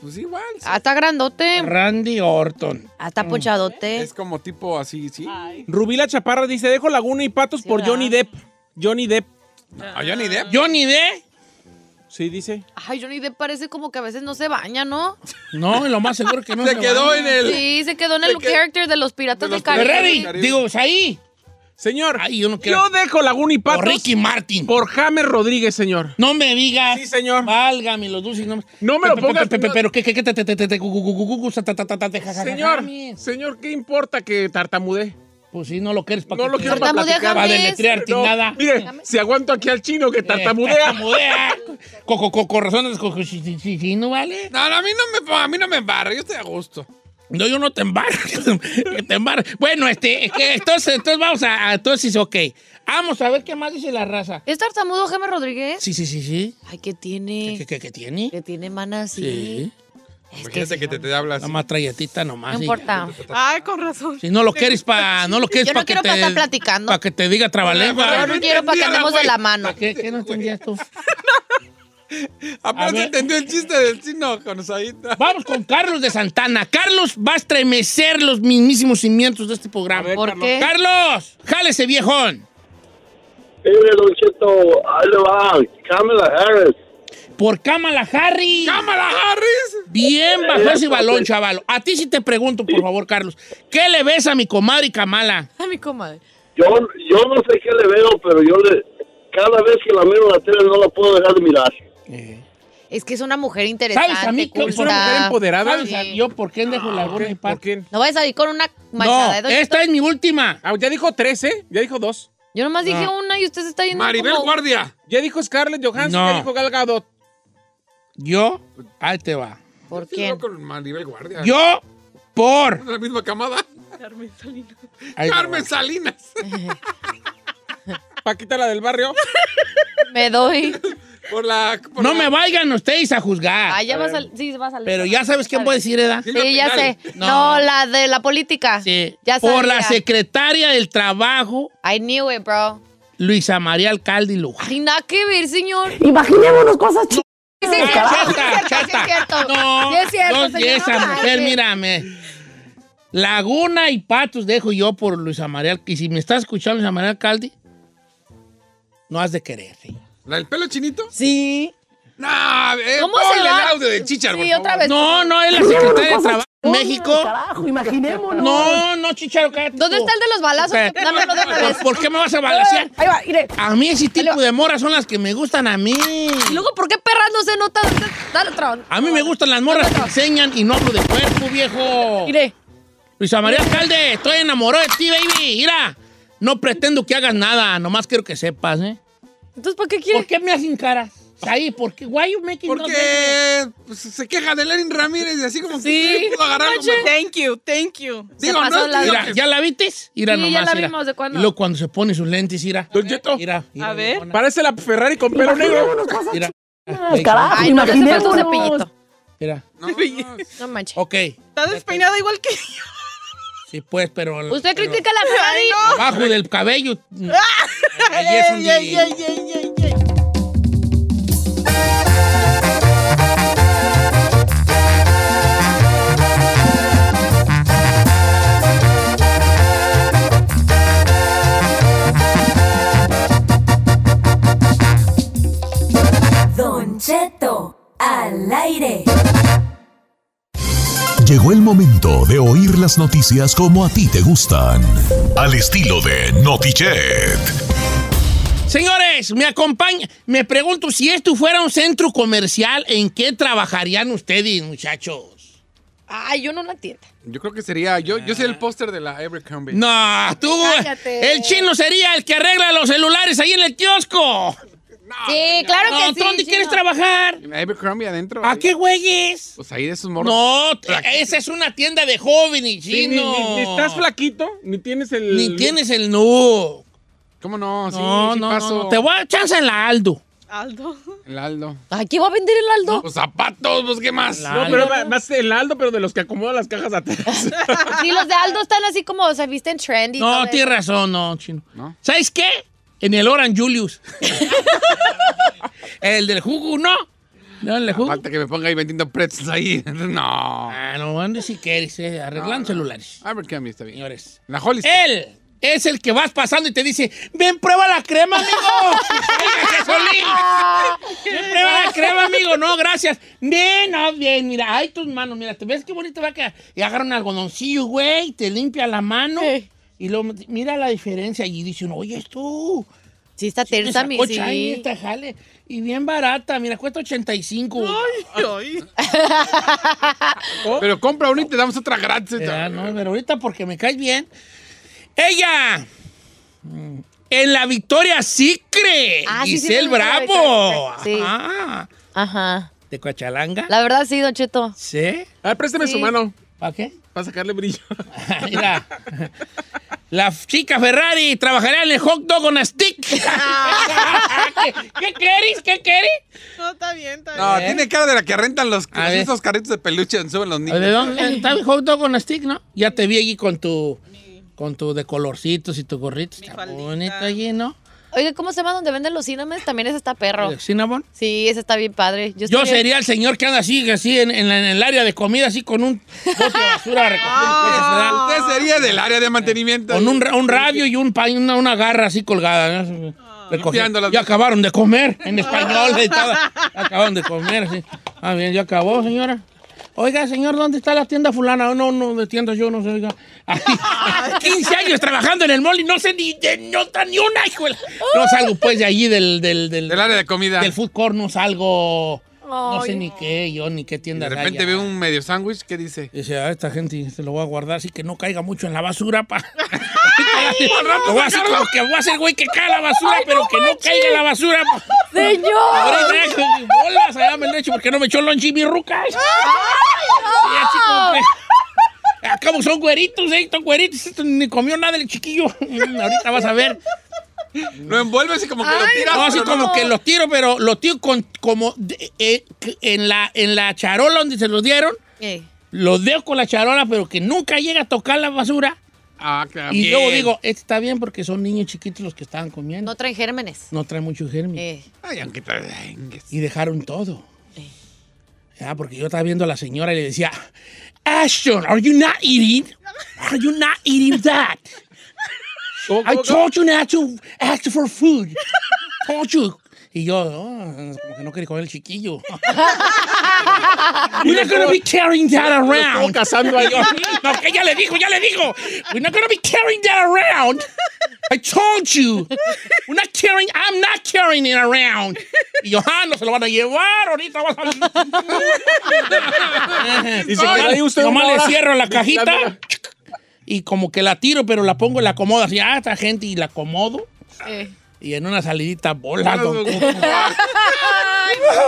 pues igual. sí.
Ah, está grandote.
Randy Orton.
Ah, está ponchadote.
Es como tipo así, ¿sí?
Rubí la Chaparra dice, dejo Laguna y Patos por
¿verdad?
Johnny Depp. Johnny Depp.
No, yo ni idea.
Johnny D.
Sí, dice.
Ay, Johnny Depp parece como que a veces no se baña, ¿no?
No, lo más seguro que no.
se quedó
va.
en el...
Sí, se quedó en el
¿De qué?
character de los piratas
De los
del Caribe.
Ferrari,
Caribe.
digo, es ahí.
Señor,
Ay, yo no quiero.
yo dejo Laguna y
O
Patos
Ricky Martin.
por James Rodríguez, señor.
No me digas.
Sí, señor.
Válgame los dulces nombres.
No me lo
Pe- pe-
pongas,
pe- pe-
no.
Pero que que que te te te te te gu- gu- gu- gu- gu- gu- sa- ta- ta- ta- ta- te- ja- ja- ja-
Señor,
ja-
señor, ¿qué importa que tartamude?
Pues sí, no lo quieres para
No lo quiero para
Tartamudea,
platicar.
para
James.
deletrearte
No,
nada.
Mire, si aguanto aquí al chino que tartamudea.
Con razones co- co- si- si- si- si, no vale.
No, no, a mí no me, a mí no me embarra, yo estoy a gusto.
No, yo no te embarro. que te embarro. Bueno, este, es que entonces, entonces vamos a, a- entonces, ok. Vamos a ver qué más dice la raza.
¿Es tartamudo Jaime Rodríguez?
Sí, sí, sí, sí.
Ay, ¿qué tiene?
¿Qué, qué- qué tiene?
¿Qué tiene, mana? Sí.
Sí.
Imagínate que te, te hablas.
La matralletita
No
nomás. sí.
importa.
Ay, Ah, con razón.
Si no lo quieres para, no lo quieres
Yo no
para que
quiero pa'
te,
estar platicando.
Para que te diga trabalengua.
Yo no quiero para que andemos de la mano.
¿Qué, qué no entendías tú? A
Apenas
ver.
entendió el chiste del chino con Saíta.
Vamos con Carlos de Santana. Carlos va a estremecer los mismísimos cimientos de este programa.
ver,
¿Por qué?
Carlos, jálese viejón.
Mire, Don Cheto, ahí le va, Kamala Harris.
Por Kamala Harris.
¡Cámara, Harris!
Bien bajo ese balón, chaval. A ti sí te pregunto, por favor, Carlos. ¿Qué le ves a mi comadre Kamala?
A mi comadre.
Yo, yo no sé qué le veo, pero yo le... Cada vez que la miro en la tele no la puedo dejar de mirar.
Es que es una mujer interesante.
¿Sabes a mí
culta.
es una mujer empoderada?
¿Sabes a- yo por qué dejo la gorra y
¿Por
parte?
quién?
No vayas a ir con una
No,
manchada.
esta es mi última.
Ah, ya dijo tres, ¿eh? Ya dijo dos.
Yo nomás dije una y usted se está yendo
Maribel
como-
Guardia.
Ya dijo Scarlett Johansson,
No.
ya dijo Gal Gadot.
Yo, ahí te va.
¿Por
Sí, no,
quién?
con Maribel Guardia.
Yo por.
De la misma camada.
Ahí te va.
Carmen Salinas. [laughs]
Paquita la del barrio.
Me
[laughs]
doy.
Por la. por
No
la-
me vayan ustedes a juzgar.
Ah, ya va a salir. Sí, va a salir.
pero ya sabes quién voy a decir, ¿edad?
Sí, ya sé.
No.
No, la de la política.
Sí.
Ya
Por la
sabía.
secretaria del Trabajo,
I knew it, bro.
Luisa María Alcalde y Luján.
Ay, nada que ver, señor.
Imaginémonos cosas chingonas.
Sí, sí, es cierto, sí,
Chata,
es cierto, sí,
chata.
es cierto.
No,
Sí, es cierto,
no,
señor,
esa
no
mujer,
manches.
mírame. Laguna y Patos dejo yo por Luisa María. Alc- Y si me estás escuchando, Luisa María Alcalde, no has de querer. sí.
¿La del pelo chinito?
Sí.
No, eh,
¿Cómo
ponle
se va?
el audio de Chichar,
Sí,
por favor.
otra vez.
No, no,
[laughs]
es la secretaria de Trabajo de
Cosas chingonas,
México.
Carajo, imaginémonos.
No, no, chicharo, cállate.
¿Dónde
tú.
está el de los balazos?
Espérate.
Dámelo de una vez.
¿Por, por qué me vas a balancear?
Ahí va, mire.
A mí ese tipo de moras son las que me gustan a mí.
Y luego, ¿por qué perras no se nota? Dale, Tron.
A mí me gustan las morras que enseñan y no hablo de cuerpo, viejo.
Mire.
Luisa María Alcalde, estoy enamorado de ti, baby. Mira, no pretendo que hagas nada, nomás quiero que sepas, ¿eh?
Entonces, ¿para qué
¿Por
quiere?
qué me hacen caras? Ahí, ¿por qué? Why you making no sense?
Porque pues, se queja de Lenin Ramírez y así como que
Sí.
pudo agarrar algo mejor.
Thank you, thank you.
Digo,
pasó
no,
la-
digo
Mira,
que-
¿ya la viste? Mira
Sí, ya
nomás,
la
mira.
vimos, ¿de cuándo?
Y luego cuando se pone sus lentes, mira.
Don Cheto.
Mira, mira,
A ver.
viejona,
Parece la Ferrari con pelo negro.
Imaginémonos cosas
Mira.
chingonas, carajo,
Ay, no, le hace falta un
imaginémonos.
cepillito.
Mira.
No, no,
No manches.
Ok.
Está despeinada igual que yo.
Sí, pues, pero...
Usted
pero
critica a la Ferrari.
Abajo del
[laughs]
cabello. mm, Ahí es donde-
Ey, ey, ey, ey, ey.
Don Cheto, al aire.
Llegó el momento de oír las noticias como a ti te gustan. Al estilo de Notichet.
Señores, me acompaña. Me pregunto si esto fuera un centro comercial, ¿en qué trabajarían ustedes, muchachos?
Ay, yo no la entiendo.
Yo creo que sería. Yo, yo
Ah.
soy el póster de la Abercrombie.
No, tú. El chino sería el que arregla los celulares ahí en el kiosco.
sí, claro
no,
que
¿tú
sí.
¿Dónde
chino.
quieres trabajar?
En Abercrombie adentro.
¿A qué güeyes?
Pues ahí de esos morros.
No, esa es una tienda de jóvenes,
Sí, ni-
chino.
ni- ni estás flaquito, ni tienes el.
Ni tienes el no.
¿Cómo no? Sí,
No,
sí
no,
paso.
no, no. Te voy a dar chance en la Aldo.
[laughs] Aldo.
El Aldo.
¿Aquí va a vender el Aldo?
Los zapatos, pues qué más.
No, pero va- más el Aldo, pero de los que acomodan las cajas atrás.
Sí, los de Aldo están así como se visten trendy. y todo
No,
eso.
tienes razón, no, chino.
¿No?
¿Sabes qué? En el Oran Julius. [laughs] el del jugo, no. No, el del
[laughs]
jugo.
Falta que me ponga ahí vendiendo pretzels ahí. [laughs] no.
Ah, no, ande si quieres, eh, arreglando celulares.
Abercrombie está bien.
Señores.
La Holly.
[laughs] Él es el que vas pasando y te dice, ven, prueba la crema, amigo. Venga, Solín. ven, prueba la crema, amigo. No, gracias. Bien, no, bien, mira, ay, tus manos, mira, ¿te ves qué bonito va a quedar? Y agarra un algodoncillo, güey, te limpia la mano. Y lo, mira la diferencia y dice uno, oye, tú.
Sí, está tersa, mi sí.
Esta jale. Y bien barata, mira, cuesta 85.
Pero compra una y te damos otra gratis.
Ya, no, pero ahorita porque me caes bien. Ella. mm, En la victoria sí cree.
Ah, sí, sí,
Giselle
sí,
Bravo.
sí.
Ajá.
Ajá.
¿De Coachalanga?
La verdad, sí, Don Cheto.
Sí.
A ver, préstame
Sí.
su mano
¿Para qué?
para sacarle brillo.
[laughs] Mira. La chica Ferrari trabajará en el hot dog on
[laughs]
a stick. ¿Qué, ¿Qué querís? ¿Qué querís?
No, está bien, está bien.
No, tiene cara de la que rentan los,
A ver.
esos carritos de peluche donde suben los niños.
¿De dónde está el hot dog on a stick, no? Ya te vi allí con tu, con tu de colorcitos y tu gorrito.
Mi
Está
faldita.
bonito allí, ¿no?
Oiga, ¿cómo se llama donde venden los cinnamons? También ese está perro.
Cinnamon.
Sí, ese está bien padre. Yo,
Yo
estoy bien-
sería el señor que anda así, así en, en la- en el área de comida, así con un bote de basura recogiendo cosas, ¿verdad?
Usted sería del área de mantenimiento.
Con un, ra- un radio y un pa- una, una garra así colgada. ¿no? Recogiendo.
Limpiándolas.
Ya acabaron de comer en español. y todo. Ya acabaron de comer. sí. Ah, bien, ya acabó, señora. Oiga, señor, ¿dónde está la tienda fulana? No, no, de tienda yo no sé, oiga. Ay, 15 años trabajando en el mall y no sé ni de nota ni una, hijo. de la- No salgo pues de allí del- del- del,
Del área de comida.
del food court no salgo. No
Ay,
sé ni qué, yo ni qué
Y
tienda
de repente
haya.
veo un medio sándwich que dice.
Dice, a esta gente se lo voy a guardar así que no caiga mucho en la basura, pa. [laughs] lo voy a hacer como que voy a hacer, güey, que caiga la basura, pero que no caiga en la basura, pa.
¡Señor!
Ahora ya, con mis bolas, allá me lo he hecho porque no me echó lonchi mi ruca. Y así como que- Acabo, son güeritos, eh, son güeritos, esto ni comió nada el chiquillo. [laughs] Ahorita vas a ver.
Lo envuelves y como que lo tiras.
Mm. No, así
pero
como que los tiro, pero los tiro con, como de- eh, que en, la, en la charola donde se los dieron,
Eh,
los dejo con la charola, pero que nunca llega a tocar la basura.
Ah, claro.
Y
bien.
luego digo, este está bien porque son niños chiquitos los que estaban comiendo.
No
No,
traen gérmenes.
trae mucho germen.
Eh.
Ay, aunque te vengues.
Y dejaron todo. Ya, porque yo estaba viendo a la señora y le decía, Ashton, are you not eating? Are you not eating that?
¿Cómo,
I
cómo, cómo?
told you not to ask for food. told you. Y yo, oh, como que no quería comer el chiquillo. We're not gonna be carrying that
Estuvo
around.
cazando ahí.
Yo, [laughs] no, que ya le dijo, ya le dijo. We're not gonna be carrying that around. I told you. We're not carrying, I'm not carrying it around. Y yo, ah, no se lo van a llevar, ahorita vas a...
[laughs] Y se quedó ahí usted
Nomás
una
le
hora.
cierro la cajita
Vigilándola.
y como que la tiro, pero la pongo, la acomodo así, ah, esta gente, y la acomodo.
Eh.
Y en una salidita bola, don Cuco. [laughs]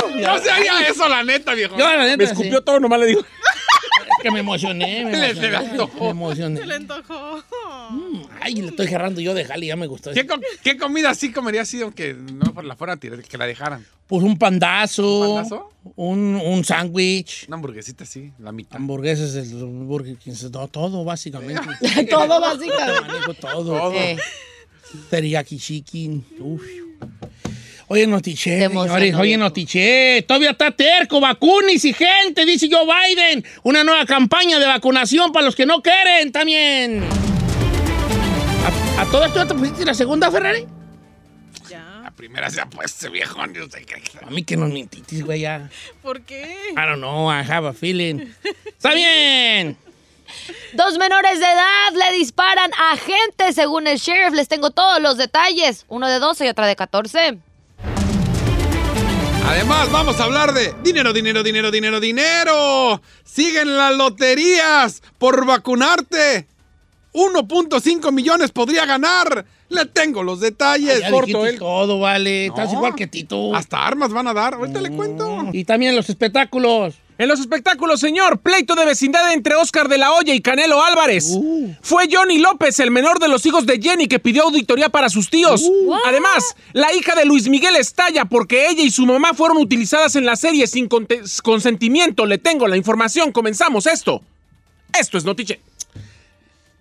[laughs] No se haría eso, la neta, viejo.
Yo, la neta,
Me escupió todo, nomás le digo.
sí, es que me
[laughs]
emocioné, me
Le- se le
emocioné.
antojó.
Me emocioné.
Se le antojó.
Ay, le estoy gerrando yo de jale, ya me gustó.
¿Qué, co- qué comida así comería así, aunque no por la fuera tira- que la dejaran?
Pues un pandazo.
¿Un pandazo?
Un, un sándwich.
Una hamburguesita así, la mitad.
Hamburguesas, el Burger King, todo, todo, básicamente.
[laughs] Todo básicamente.
Manejo todo.
Todo.
Eh,
Teriyaki chicken. Uf. Oye, Notiche,
Te emocionó,
señores, oye,
viejo.
Notiche, todavía está terco, vacunis y gente, dice Joe Biden. Una nueva campaña de vacunación para los que no quieren también. ¿A, a todo esto ya te pusiste la segunda, Ferrari?
Ya.
La primera se ha puesto, viejo. ni usted cree que-
A mí que no mintitis, güey, ya.
¿Por qué?
I don't know, I have a feeling. ¡Está bien!
[laughs]
Dos menores de edad le disparan a gente, según el sheriff. Les tengo todos los detalles. Uno de 12 y otra de 14.
Además, vamos a hablar de dinero, dinero, dinero, dinero, dinero. Siguen las loterías por vacunarte. 1.5 millones podría ganar. Le tengo los detalles.
Ya dijiste todo, vale. Estás igual que Tito.
Hasta armas van a dar. Ahorita le cuento.
Y también los espectáculos.
En los espectáculos, señor, pleito de vecindad entre Oscar de la Hoya y Canelo Álvarez.
Uh.
Uh.
Fue Johnny López, el menor de los hijos de Jenny, que pidió auditoría para sus tíos.
Uh.
Además, la hija de Luis Miguel estalla porque ella y su mamá fueron utilizadas en la serie sin conte- consentimiento. Le tengo la información. Comenzamos esto. Esto es Notiche.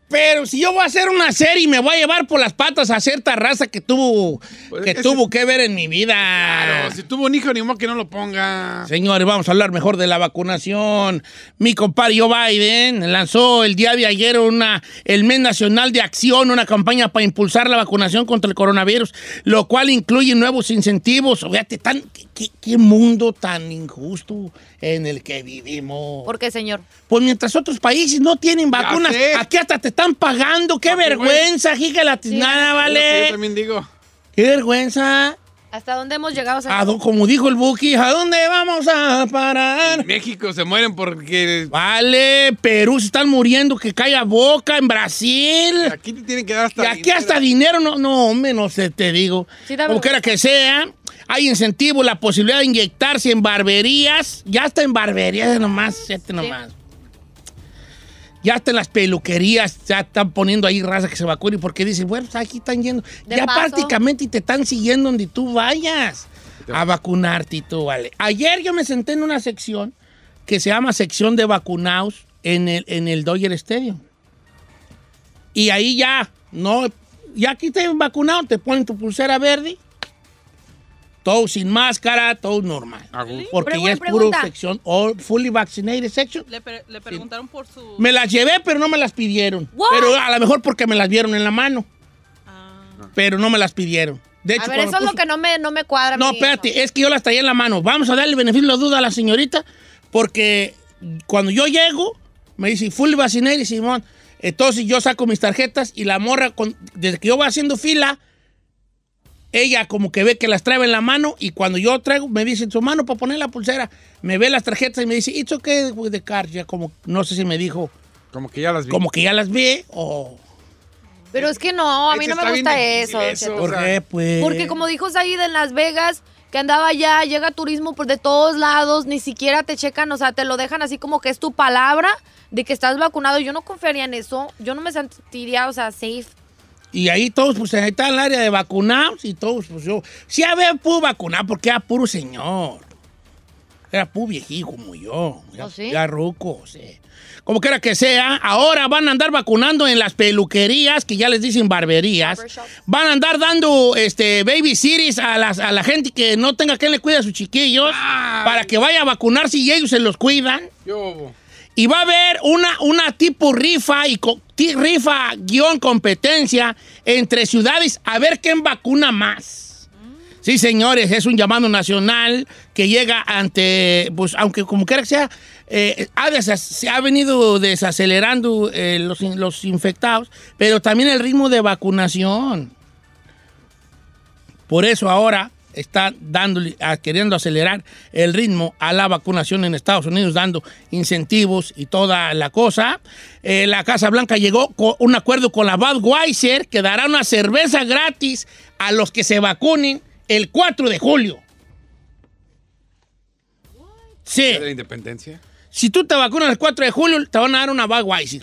Pero si yo voy a hacer una serie y me voy a llevar por las patas a cierta raza que tuvo que
ese-
tuvo que ver en mi vida.
Pues Claro, si tuvo un hijo, ni modo que no lo ponga.
Ah. Señores, vamos a hablar mejor de la vacunación. Mi compadre Joe Biden lanzó el día de ayer una, el mes nacional de acción, una campaña para impulsar la vacunación contra el coronavirus, lo cual incluye nuevos incentivos. Fíjate, tan, qué- qué, qué mundo tan injusto en el que vivimos.
¿Por qué, señor?
Pues mientras otros países no tienen vacunas, aquí hasta te están pagando. ¡Qué vergüenza, giga latinada,
Yo
vale!
también digo.
¡Qué vergüenza!
¿Hasta dónde hemos llegado? señor?
¿A dó- como dijo el Buki, ¿a dónde vamos a parar?
En México se mueren porque.
Vale, Perú se están muriendo, que caiga boca en Brasil.
Aquí te tienen que dar hasta.
Y aquí hasta dinero, no, no, hombre, no sé, te digo.
Sí, da
Como quiera
vergüenza.
que sea, hay incentivo, la posibilidad de inyectarse en barberías. Ya está en barberías nomás, fíjate nomás. Ya hasta en las peluquerías ya están poniendo ahí raza que se vacune porque dicen, bueno, pues aquí están yendo.
De
ya
paso.
prácticamente te están siguiendo donde tú vayas a vacunarte y tú, vale. Ayer yo me senté en una sección que se llama sección de vacunados en el, en el Dodger Stadium. Y ahí ya, no, ya aquí te vacunado, te ponen tu pulsera verde. Todo sin máscara, todo normal.
Ah,
Ah,
Porque
Pero
ya
buena
es puro
pregunta.
sección, all fully vaccinated section.
Le, pre- le preguntaron por su...
Me las llevé, pero no me las pidieron.
What?
Pero a lo mejor porque me las vieron en la mano. Pero no me las pidieron. De hecho,
Ah. a ver, eso
cuando
es
me
lo que no me, no me cuadra. a
no,
mí.
espérate, es que yo las traía en la mano. Vamos a darle el beneficio de la duda a la señorita, porque cuando yo llego, me dice full vacinero y Simón. Entonces yo saco mis tarjetas y la morra, con- desde que yo voy haciendo fila, ella como que ve que las trae en la mano y cuando yo traigo, me dice en su mano para poner la pulsera, me ve las tarjetas y me dice, ¿y okay with the card? Ya como, no sé si me dijo,
Como que ya las vi.
como que ya las vi o...
Pero es que no, a mí
Ese
no me
está bien
gusta
difícil
eso. don
eso,
Cheto.
¿Por qué, pues?
Porque como dijo Said en Las Vegas, que andaba allá, llega turismo por de todos lados, ni siquiera te checan, o sea, te lo dejan así como que es tu palabra de que estás vacunado. Yo no confiaría en eso, yo no me sentiría, o sea, safe.
Y ahí todos, pues ahí está el área de vacunados y todos, pues yo. Sí, había puro vacunado porque era puro señor. Era puro viejito como yo. Era,
¿Oh, sí?
era ruco, sí. Como quiera que sea, ahora van a andar vacunando en las peluquerías, que ya les dicen barberías. Van a andar dando este, baby series a, las, a la gente que no tenga quien le cuide a sus chiquillos para que vaya a vacunarse y ellos se los cuidan.
Yo.
Y va a haber una, una tipo rifa y co- ti- rifa guión competencia entre ciudades a ver quién vacuna más. Sí, señores, es un llamado nacional que llega ante, pues aunque como quiera que sea, eh, ha desas- se ha venido desacelerando eh, los, in- los infectados, pero también el ritmo de vacunación. Por eso ahora están dándole, a- queriendo acelerar el ritmo a la vacunación en Estados Unidos, dando incentivos y toda la cosa. Eh, la Casa Blanca llegó con un acuerdo con la Budweiser que dará una cerveza gratis a los que se vacunen el 4 de julio. Sí,
Día de la independencia.
si tú te vacunas el 4 de julio, te van a dar una Budweiser.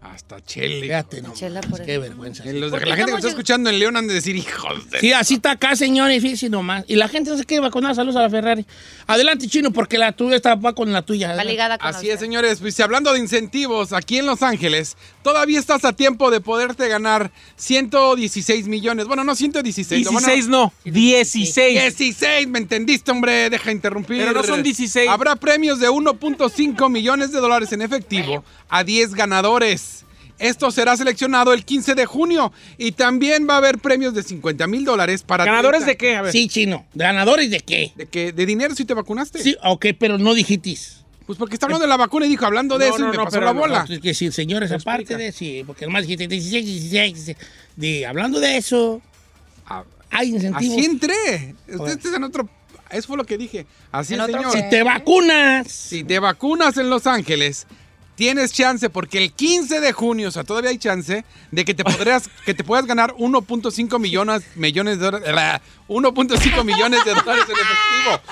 Hasta Chile.
Fíjate, no, mames, qué vergüenza.
En los-
¿Por
la gente
qué
que
estamos
nos está
lleg-
escuchando en León han de decir, hijos de.
Sí, así está acá, señores, fíjense nomás. Y la gente no se quiere vacunar, saludos a la Ferrari. Adelante, chino, porque la tuya está va con la tuya.
Va ligada con
Así es, señores. Pues hablando de incentivos, aquí en Los Ángeles, todavía estás a tiempo de poderte ganar 116 millones. Bueno, no 116. lo van a-
16 no, 16.
16, ¿me entendiste, hombre? Deja interrumpir.
Pero no son 16.
Habrá premios de 1.5 millones de dólares en efectivo a 10 ganadores. Esto será seleccionado el 15 de junio y también va a haber premios de 50 mil dólares para...
¿Ganadores
30.
de qué? A ver.
Sí, chino. ¿Ganadores de qué?
¿De, qué? ¿De dinero si te vacunaste?
Sí, ok, pero no dijitis.
Pues porque está hablando de la vacuna y dijo, hablando de
No,
eso,
no,
y me
no,
pasó
pero
la
no,
bola.
Es que sí, señores, aparte de sí, porque nomás dijiste 16, 16, 16. De, hablando de eso,
Ah,
hay incentivos.
Así entré. Este, este es en otro... Eso fue lo que dije. Así
En
es,
otro
señor.
Si te vacunas.
Si te vacunas en Los Ángeles, tienes chance, porque el 15 de junio, o sea, todavía hay chance, de que te
[laughs]
podrás, que te puedas ganar 1.5 millones, millones de dólares. 1.5 millones de dólares en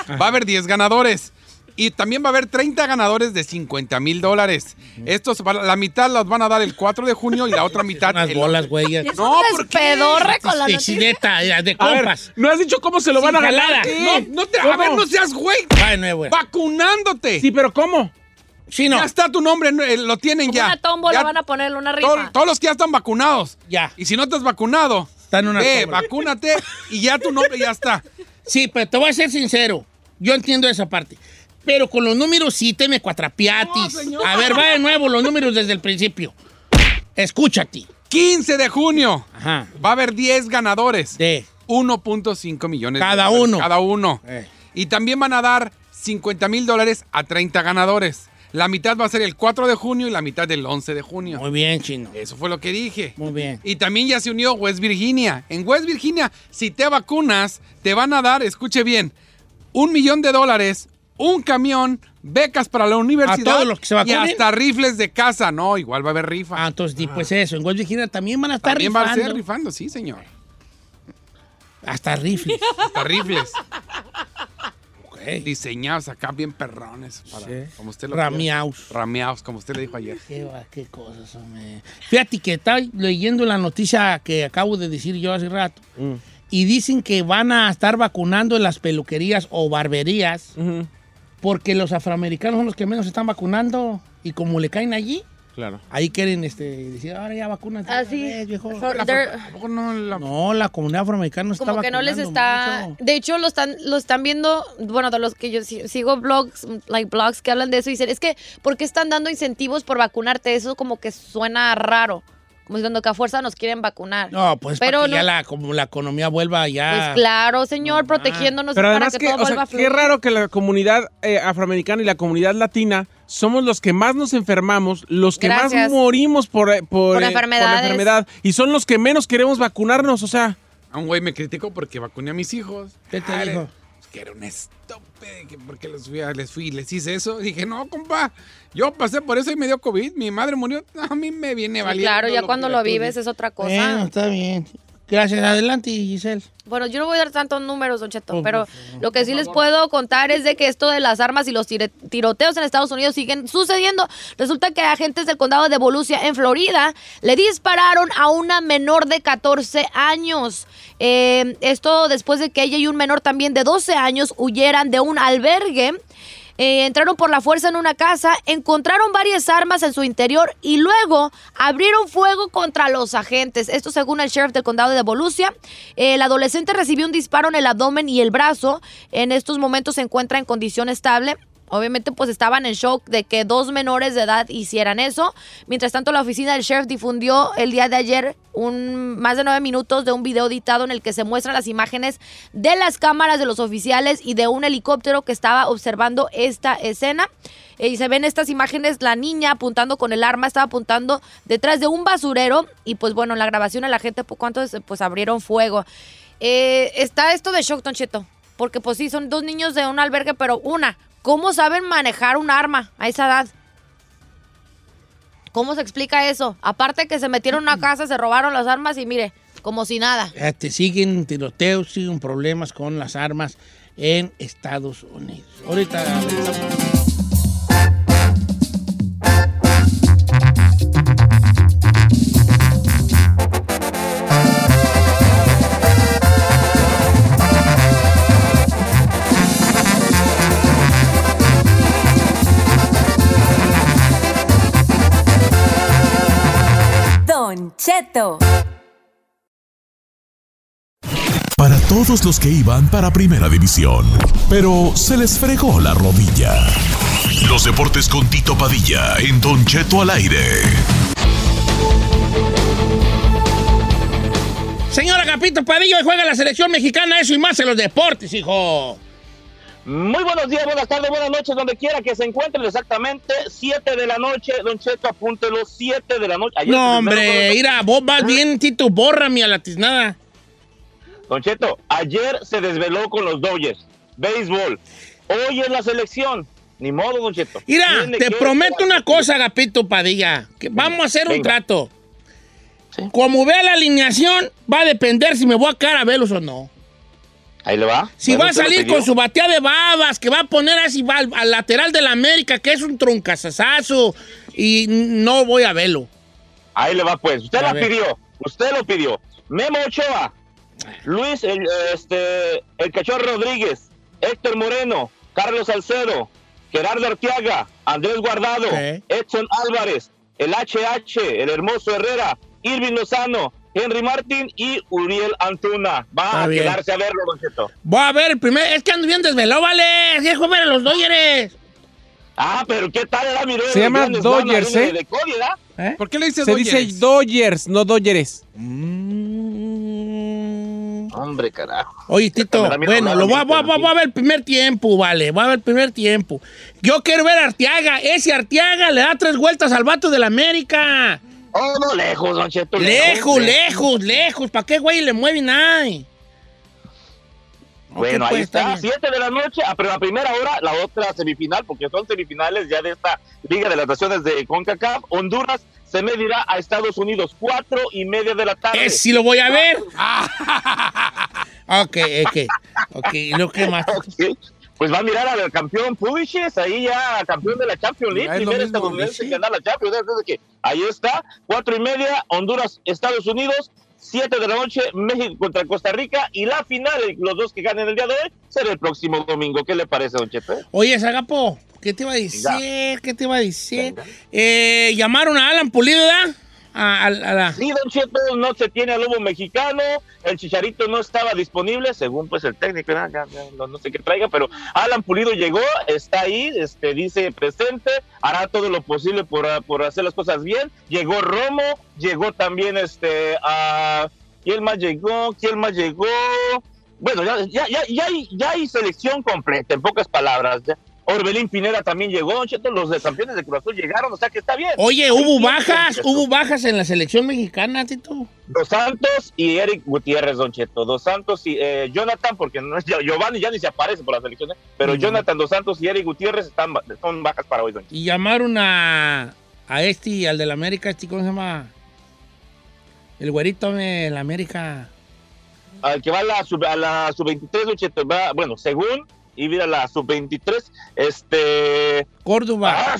efectivo. Va a haber 10 ganadores. Y también va a haber 30 ganadores de 50 mil dólares. Estos, van- la mitad las van a dar el 4 de junio y la
[laughs]
otra mitad. Unas bolas,
[laughs]
güey.
No, Este, porque.
Pedorre con la
Sí,
noticia.
sí, neta, ya, de
A ver,
compas.
no has dicho cómo se lo
Sin
van a ganar.
jalada.
¿Qué?
No, no te, a
¿Cómo?
ver, no seas güey.
Ay, no es bueno.
Vacunándote.
Sí, pero ¿cómo?
Sí, no.
Ya está tu nombre, no, eh, lo tienen ya.
Una tómbola
Ya
van a ponerle una
to-
rifa.
todos los que ya están vacunados.
Ya.
Y si no te has vacunado,
Está en una
ve,
tómbola.
vacúnate y ya tu nombre ya está.
Sí, pero te voy a ser sincero. Yo entiendo esa parte. Pero con los números sí te me cuatrapiatis. a ver, va de nuevo los números desde el principio. Escúchate.
15 de junio
Ajá.
va a haber 10 ganadores.
De.
1.5 millones. de
Cada
dólares,
uno.
Cada uno.
Eh.
Y también van a dar 50 mil dólares a 30 ganadores. La mitad va a ser el 4 de junio y la mitad del 11 de junio.
Muy bien, chino.
Eso fue lo que dije.
Muy bien.
Y también ya se unió West Virginia. En West Virginia, si te vacunas, te van a dar, escuche bien, un millón de dólares, un camión, becas para la universidad.
todos los que se vacunen?
Y hasta rifles de casa. No, igual va a haber rifa.
Ah, entonces, di, pues eso. En West Virginia también van a estar
también va a
rifando.
ser rifando, sí, señor.
Hasta rifles.
Hasta
[laughs]
rifles.
Ok.
Diseñados acá bien perrones. para-
Sí.
Como usted lo
Rameaus.
quiera. Rameados, como usted le dijo ayer.
Qué, va- qué cosas, hombre. Fíjate que estaba leyendo la noticia que acabo de decir yo hace rato. Y dicen que van a estar vacunando en las peluquerías o barberías. Porque los afroamericanos son los que menos se están vacunando. Y como le caen allí,
Claro.
ahí quieren este, decir, ahora ya vacunas.
Así. Ah, For-
La-
they're-
¿a poco no la-
No, la comunidad afroamericana no está
como que no les
vacunando
está
mucho.
de hecho lo están lo están viendo bueno de los que yo si- sigo blogs like blogs que hablan de eso y dicen es que por qué están dando incentivos por vacunarte eso como que suena raro como si cuando que a fuerza nos quieren vacunar
No, pues
Pero
para que ya
no-
la, como la economía vuelva ya.
pues claro señor protegiéndonos
ah, Pero
para
además
que,
que,
todo
o sea,
vuelva a
qué
fluir
raro que la comunidad eh, afroamericana y la comunidad latina somos los que más nos enfermamos, los que más
Gracias.
morimos por, eh, por,
Por
eh,
enfermedades.
enfermedad y son los que menos queremos vacunarnos, o sea,
A un güey me criticó porque vacuné a mis hijos.
¿Qué te
Ay,
dijo?
pues que era un estope, que porque les fui, a- les fui y les hice eso. Dije, no, compa, yo pasé por eso y me dio COVID, mi madre murió, a mí me viene
Sí,
valiendo.
claro ya
que
cuando
le
lo
tuve.
vives es otra cosa
Bueno, está bien. Gracias. Adelante, Giselle.
Bueno, yo no voy a dar tantos números, Don Cheto,
Por
pero lo que sí les puedo contar es de que esto de las armas y los tire- tiroteos en Estados Unidos siguen sucediendo. Resulta que agentes del condado de Volusia, en Florida, le dispararon a una menor de 14 años. Eh, esto después de que ella y un menor también de 12 años huyeran de un albergue. Eh, entraron por la fuerza en una casa, encontraron varias armas en su interior y luego abrieron fuego contra los agentes. Esto según el sheriff del condado de Volusia. El adolescente recibió un disparo en el abdomen y el brazo. En estos momentos se encuentra en condición estable. Obviamente pues estaban en shock de que dos menores de edad hicieran eso. Mientras tanto la oficina del sheriff difundió el día de ayer un, más de nueve minutos de un video editado en el que se muestran las imágenes de las cámaras de los oficiales y de un helicóptero que estaba observando esta escena. Eh, Y se ven estas imágenes, la niña apuntando con el arma, estaba apuntando detrás de un basurero y pues bueno, en la grabación a la gente poco antes pues abrieron fuego. Eh, está esto de shock, Don Cheto, porque pues sí, son dos niños de un albergue, pero una, ¿cómo saben manejar un arma a esa edad? ¿Cómo se explica eso? Aparte que se metieron a una casa, se robaron las armas y mire, como si nada.
Te Este, siguen tiroteos, siguen problemas con las armas en Estados Unidos. Ahorita regresamos.
Don Cheto.
Para todos los que iban para Primera División, pero se les fregó la rodilla. Los deportes con Tito Padilla en Don Cheto al aire.
Señora Capito Padillo, hoy juega la selección mexicana, eso y más en los deportes, hijo.
Muy buenos días, buenas tardes, buenas noches, donde quiera que se encuentren, exactamente 7 de la noche, Don Cheto, apúntelo, 7 de la noche. Ayer
No,
primero,
hombre,
Don-
ir a vos
Ah.
vas bien, Tito, bórrame a la tiznada.
Don Cheto, ayer se desveló con los Dodgers. béisbol. Hoy es la selección. Ni modo, Don Cheto.
Mira,
Tiene
te
que-
prometo una cosa, Gapito Padilla. Que vamos a hacer un
venga.
trato. Como vea la alineación, va a depender si me voy a cara a Velos o no.
Ahí le va.
Si
Bueno,
va a
usted lo
salir
pidió.
con su batea de babas, que va a poner así va al, al lateral de la América, que es un troncazazazo, y no voy a verlo.
Ahí le va, pues. Usted
A
la
ver.
pidió. Usted lo pidió. Memo Ochoa. Luis, el, este, el Cachorro Rodríguez. Héctor Moreno. Carlos Salcedo. Gerardo Arteaga. Andrés Guardado. Edson Álvarez. El HH. El hermoso Herrera. Irving Lozano. Henry Martín y Uriel Antuna. Va
Está
Ah, a
bien.
quedarse a verlo, Don Cheto.
Voy a ver el primer. Es que ando bien desvelado, vale. Es joven a los Dodgers.
Ah, pero ¿qué tal era mi
Se llama Dodgers, ¿eh?
¿Eh?
¿Por qué le dices
Se
Dodgers?
dice Dodgers, no Dodgers.
Hombre, carajo.
Oye, Tito,
También
bueno,
hablaron
lo voy a,
bien,
voy a- voy a ver el primer tiempo, vale. Voy a ver el primer tiempo. Yo quiero ver a Arteaga. Ese Arteaga le da tres vueltas al vato del América.
Oh, no, lejos, Don Cheto.
Lejos,
lejos,
lejos, lejos. ¿Para qué, güey, le mueve nada?
Bueno,
Ok,
ahí
pues, está
está, 7 de la noche, ah, pero la primera hora, la otra semifinal, porque son semifinales ya de esta Liga de las Naciones de CONCACAF. Honduras se medirá a Estados Unidos, cuatro y media de la tarde.
Eh, sí lo voy a ver. Ah. [laughs] ok, ok. Ok, ¿y luego qué más?
Ok, Pues va a mirar al campeón Pulisic, ahí ya campeón de la Champions
Ah,
League,
Ya es lo
primer
mismo,
estadounidense
sí.
que gana la Champions, desde que ahí está, cuatro y media, Honduras, Estados Unidos, siete de la noche, México contra Costa Rica, y la final, los dos que ganen el día de hoy, será el próximo domingo. ¿Qué le parece, Don Chepe?
Oye, Zagapo, ¿qué te iba a decir? ¿Qué te iba a decir? Eh, llamaron a Alan Pulido, ¿verdad? A, a- a la...
Sí, Don Cheto, no se tiene al lobo mexicano, el chicharito no estaba disponible, según pues el técnico, ¿verdad? Ya, ya, no, no sé qué traiga, pero Alan Pulido llegó, está ahí, este, dice presente, hará todo lo posible por, ah, por hacer las cosas bien, llegó Romo, llegó también este, a... ¿Quién más llegó? ¿Quién más llegó? Bueno, ya, ya, ya, ya hay, ya hay selección completa, en pocas palabras. ya. Orbelín Pineda también llegó, Don Cheto, los de campeones de Cruz Azul llegaron, o sea que está bien.
Oye, hubo bajas,
Cheto.
hubo bajas en la selección mexicana, Tito.
Dos Santos y Eric Gutiérrez, Don Cheto. Dos Santos y eh, Jonathan, porque no, Giovanni ya ni se aparece por las elecciones, pero Jonathan Dos Santos y Eric Gutiérrez están, ba- son bajas para hoy, Don Cheto.
Y llamaron a, a este, al del América, este, ¿cómo se llama? El güerito del América.
Al que va a la, sub, a la sub-23, Don Cheto, va, bueno, según, y mira la sub-23, este...
Córdoba.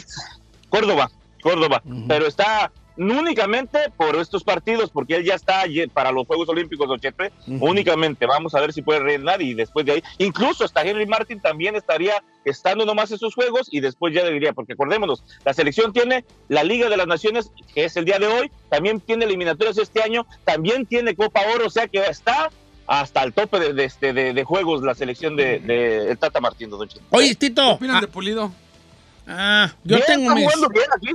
Córdoba, Córdoba. Pero está únicamente por estos partidos, porque él ya está allí para los Juegos Olímpicos, Don Chepe. Únicamente, vamos a ver si puede reinar y después de ahí, incluso hasta Henry Martin también estaría estando nomás en sus Juegos y después ya debería, porque acordémonos, la selección tiene la Liga de las Naciones, que es el día de hoy, también tiene eliminatorias este año, también tiene Copa Oro, o sea que está hasta el tope de, de, este- de- de juegos la selección de, de el Tata Martino, Don Chepe.
Oye, Tito. ¿Qué
opinan de Pulido?
Ah, yo
Bien,
tengo
está
mis...
jugando bien aquí.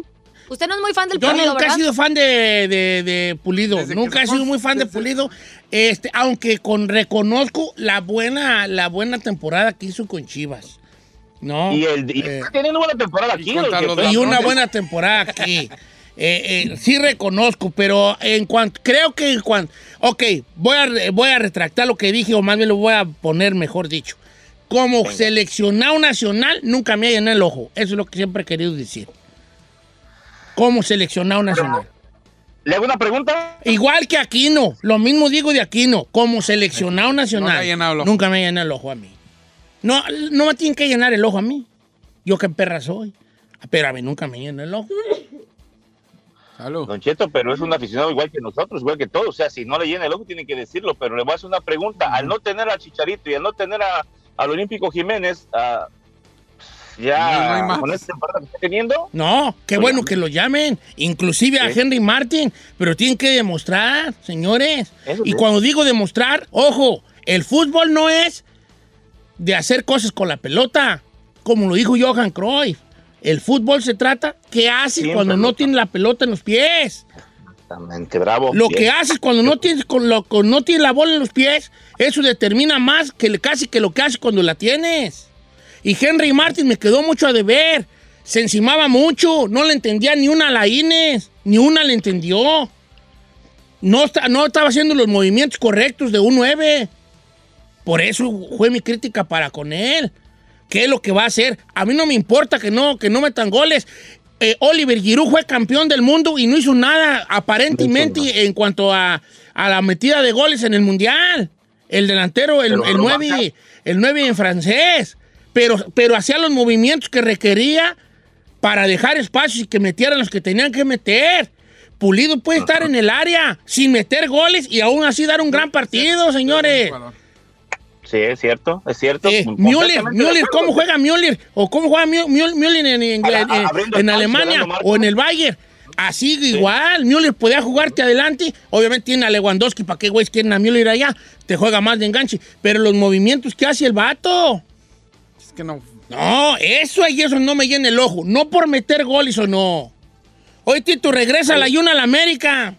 Usted no es muy fan del
Yo
partido,
nunca
¿verdad?
he sido fan de, de- de Pulido, nunca he sido muy fan de Pulido, este, aunque con, reconozco la buena, la buena temporada que hizo con Chivas. No, Eh,
Y, el, y está teniendo buena temporada aquí. don Chepe.
y una buena temporada aquí. Eh, eh, sí reconozco, pero en cuanto, creo que en cuanto, ok, voy a, re- voy a retractar lo que dije, o más bien lo voy a poner mejor dicho. Como seleccionado nacional, nunca me en el ojo. Eso es lo que siempre he querido decir. Como seleccionado nacional.
¿Le hago una pregunta?
Igual que Aquino, lo mismo digo de Aquino, como seleccionado nacional.
ha llenado el ojo.
Nunca me llena el ojo a mí. No, no me tienen que llenar el ojo a mí. Yo qué perra soy. Pero a mí nunca me llena el ojo.
Don Cheto, pero es un aficionado igual que nosotros, igual que todos. O sea, si no le llena el ojo, tiene que decirlo. Pero le voy a hacer una pregunta. Al no tener a Chicharito y al no tener a, al Olímpico Jiménez, ah,
No hay
ya
más.
con esta temporada que está teniendo,
No, qué bueno que lo llamen, inclusive a
Sí.
Henry Martin, pero tienen que demostrar, señores.
Eso
Y
sí.
cuando digo demostrar, ojo, el fútbol no es de hacer cosas con la pelota, como lo dijo Johan Cruyff. El fútbol se trata qué haces
Sin
cuando no tienes la pelota en los pies.
exactamente, bravo.
Lo
Bien.
que haces cuando no tienes con lo- cuando no tienes la bola en los pies, eso determina más que le- casi que lo que haces cuando la tienes. Y Henry Martin me quedó mucho a deber. Se encimaba mucho, no le entendía ni una a la Inés, ni una le entendió. No, está- no estaba haciendo los movimientos correctos de un 9. Por eso fue mi crítica para con él. ¿Qué es lo que va a hacer? A mí no me importa que no, que no metan goles. Eh, Oliver Giroud fue campeón del mundo y no hizo nada aparentemente en cuanto a, a la metida de goles en el Mundial. El delantero, el,
Pero
el
lo
9, el 9 en francés. Pero, pero hacía los movimientos que requería para dejar espacios y que metieran los que tenían que meter. Pulido puede estar en el área sin meter goles y aún así dar un gran partido, señores. Eh,
Sí, es cierto, es cierto.
Müller,
Completamente de
Müller,
acuerdo.
¿cómo juega Müller? ¿O cómo juega Mü- Mü- Müller en, en-
Abra-
en- en-
abriendo
en
espacio,
Alemania
dando marca.
o en el Bayern? Así igual, Müller podía jugarte adelante. Obviamente tiene a Lewandowski, ¿para qué güeyes quieren a Müller allá? Te juega más de enganche. Pero los movimientos que hace el vato.
Es que no.
No, eso y eso no me llena el ojo. No por meter goles o no. Hoy Tito regresa a la Yuna a la América.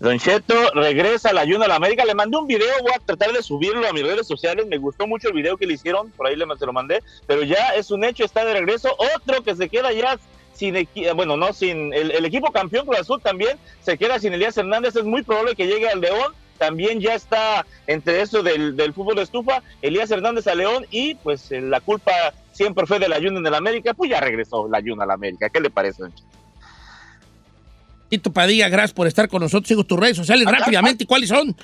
Don Cheto regresa al ayuno a la América. Le mandé un video, voy a tratar de subirlo a mis redes sociales. Me gustó mucho el video que le hicieron, por ahí le, se lo mandé. Pero ya es un hecho, está de regreso. Otro que se queda ya sin equipo, bueno, no, sin eh, el, el equipo campeón Cruz Azul también se queda sin Elías Hernández. Es muy probable que llegue al León. También ya está entre eso del, del fútbol de estufa, Elías Hernández a León y pues eh, la culpa siempre fue del ayuno en el América. Pues ya regresó el ayuno a la América. ¿Qué le parece, don Cheto?
Tito Padilla, gracias por estar con nosotros. Sigo tus redes sociales rápidamente. ¿Y cuáles son?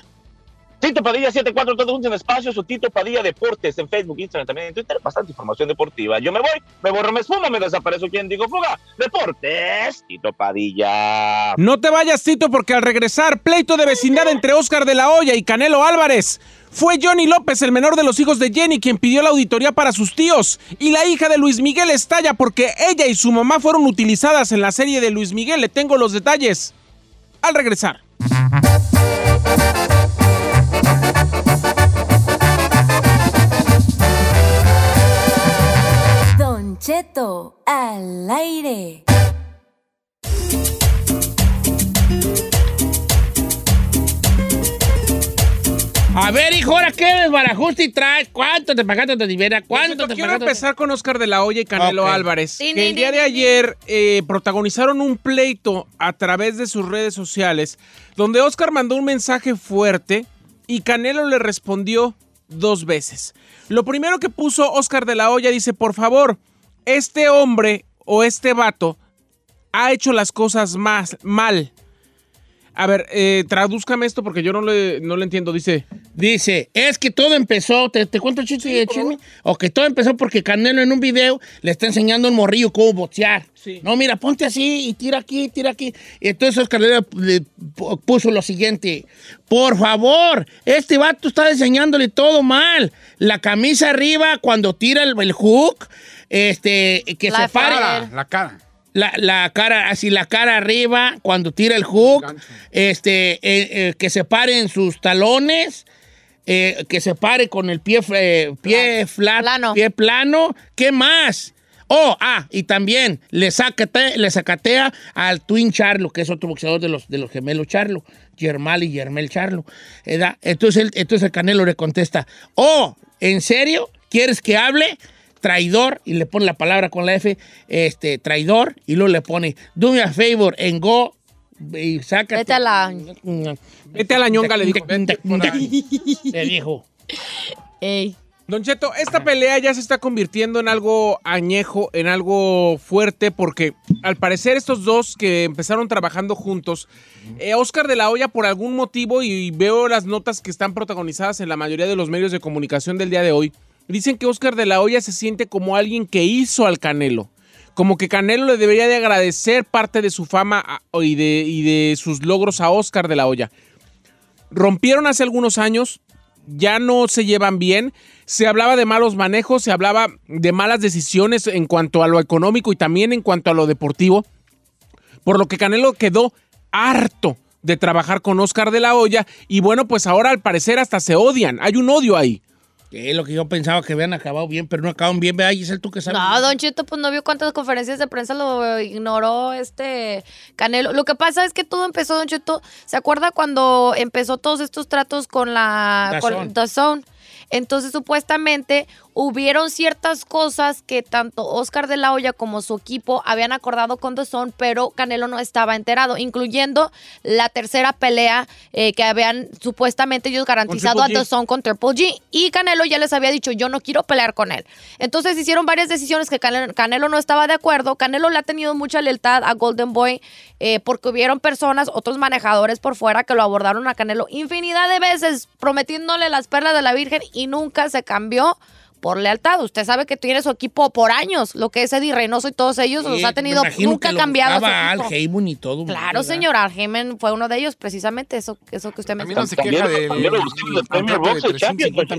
Tito Padilla 74, todos juntos en espacios, o Tito Padilla Deportes en Facebook, Instagram, también en Twitter, bastante información deportiva. Yo me voy, me borro, me esfumo, me desaparezco, quien digo fuga, Deportes, Tito Padilla.
No te vayas, Tito, porque al regresar, pleito de vecindad entre Óscar de la Hoya y Canelo Álvarez. Fue Johnny López, el menor de los hijos de Jenny, quien pidió la auditoría para sus tíos. Y la hija de Luis Miguel estalla porque ella y su mamá fueron utilizadas en la serie de Luis Miguel. Le tengo los detalles. Al regresar.
Don Cheto al aire.
A ver, hijo, ahora qué desbarajuste y traes. ¿Cuánto te pagaste de libera? ¿Cuánto te
Quiero
pagaste?
empezar con Óscar de la Hoya y Canelo
Ok.
Álvarez. que
Tin, tin,
el día de
tin, tin,
ayer eh, protagonizaron un pleito a través de sus redes sociales, donde Óscar mandó un mensaje fuerte y Canelo le respondió dos veces. Lo primero que puso Óscar de la Hoya dice, por favor, este hombre o este vato ha hecho las cosas más mal. A ver, eh, tradúzcame esto porque yo no le, no le entiendo. Dice,
Dice, es que todo empezó, te, te cuento chiste de chisme, o que todo empezó porque Canelo en un video le está enseñando a un morrillo cómo boxear. No, mira, ponte así y tira aquí, tira aquí. Y entonces Oscar le, le puso lo siguiente, por favor, este vato está diseñándole todo mal. La camisa arriba cuando tira el, el hook, este, que
La
se pare.
cara, La cara.
La, la cara, así la cara arriba, cuando tira el hook, este, eh, eh, que se paren sus talones, eh, que se pare con el pie, eh, pie flat- pie plano, ¿qué más? Oh, ah, y también le, sacate- le sacatea al Twin Charlo, que es otro boxeador de los, de los gemelos Charlo, Germal y Germel Charlo. eh, da. Entonces, el, entonces el Canelo le contesta, oh, ¿en serio? ¿Quieres que hable? traidor y le pone la palabra con la F, este, traidor, y luego le pone, do me a favor, en go, y saca. Mm,
Vete a la...
vete a la ñonga, le dijo.
Le dijo.
Don Cheto, esta pelea ya se está convirtiendo en algo añejo, en algo fuerte, porque al parecer estos dos que empezaron trabajando juntos, eh, Oscar de la Hoya por algún motivo, y veo las notas que están protagonizadas en la mayoría de los medios de comunicación del día de hoy, dicen que Oscar de la Hoya se siente como alguien que hizo al Canelo, como que Canelo le debería de agradecer parte de su fama a- y de, y de sus logros a Oscar de la Hoya rompieron hace algunos años, ya no se llevan bien, se hablaba de malos manejos, se hablaba de malas decisiones en cuanto a lo económico y también en cuanto a lo deportivo, por lo que Canelo quedó harto de trabajar con Oscar de la Hoya y bueno, pues ahora al parecer hasta se odian, hay un odio ahí.
Que es lo que yo pensaba que habían acabado bien, pero no acabaron bien. Vea, Giselle, tú que sabes.
No, Don Cheto, pues no vio cuántas conferencias de prensa lo ignoró este Canelo. Lo que pasa es que todo empezó, Don Cheto. ¿Se acuerda cuando empezó todos estos tratos con la
Dazón.
con Dazón? Entonces, supuestamente, hubieron ciertas cosas que tanto Oscar de la Hoya como su equipo habían acordado con The Zone, pero Canelo no estaba enterado, incluyendo la tercera pelea eh, que habían supuestamente ellos garantizado a
Triple G.
The Zone con Triple G. Y Canelo ya les había dicho, yo no quiero pelear con él. Entonces hicieron varias decisiones que Canelo, Canelo no estaba de acuerdo. Canelo le ha tenido mucha lealtad a Golden Boy eh, porque hubieron personas, otros manejadores por fuera que lo abordaron a Canelo infinidad de veces prometiéndole las perlas de la Virgen y nunca se cambió por lealtad. Usted sabe que tiene su equipo por años, lo que es Eddie Reynoso y todos ellos los
Eh,
ha tenido,
me imagino
nunca
que
ha
lo
cambiado.
buscaba
a su
Al
equipo.
Heyman y todo.
Claro, señor, Algemen fue uno de ellos, precisamente eso, eso que usted mencionó.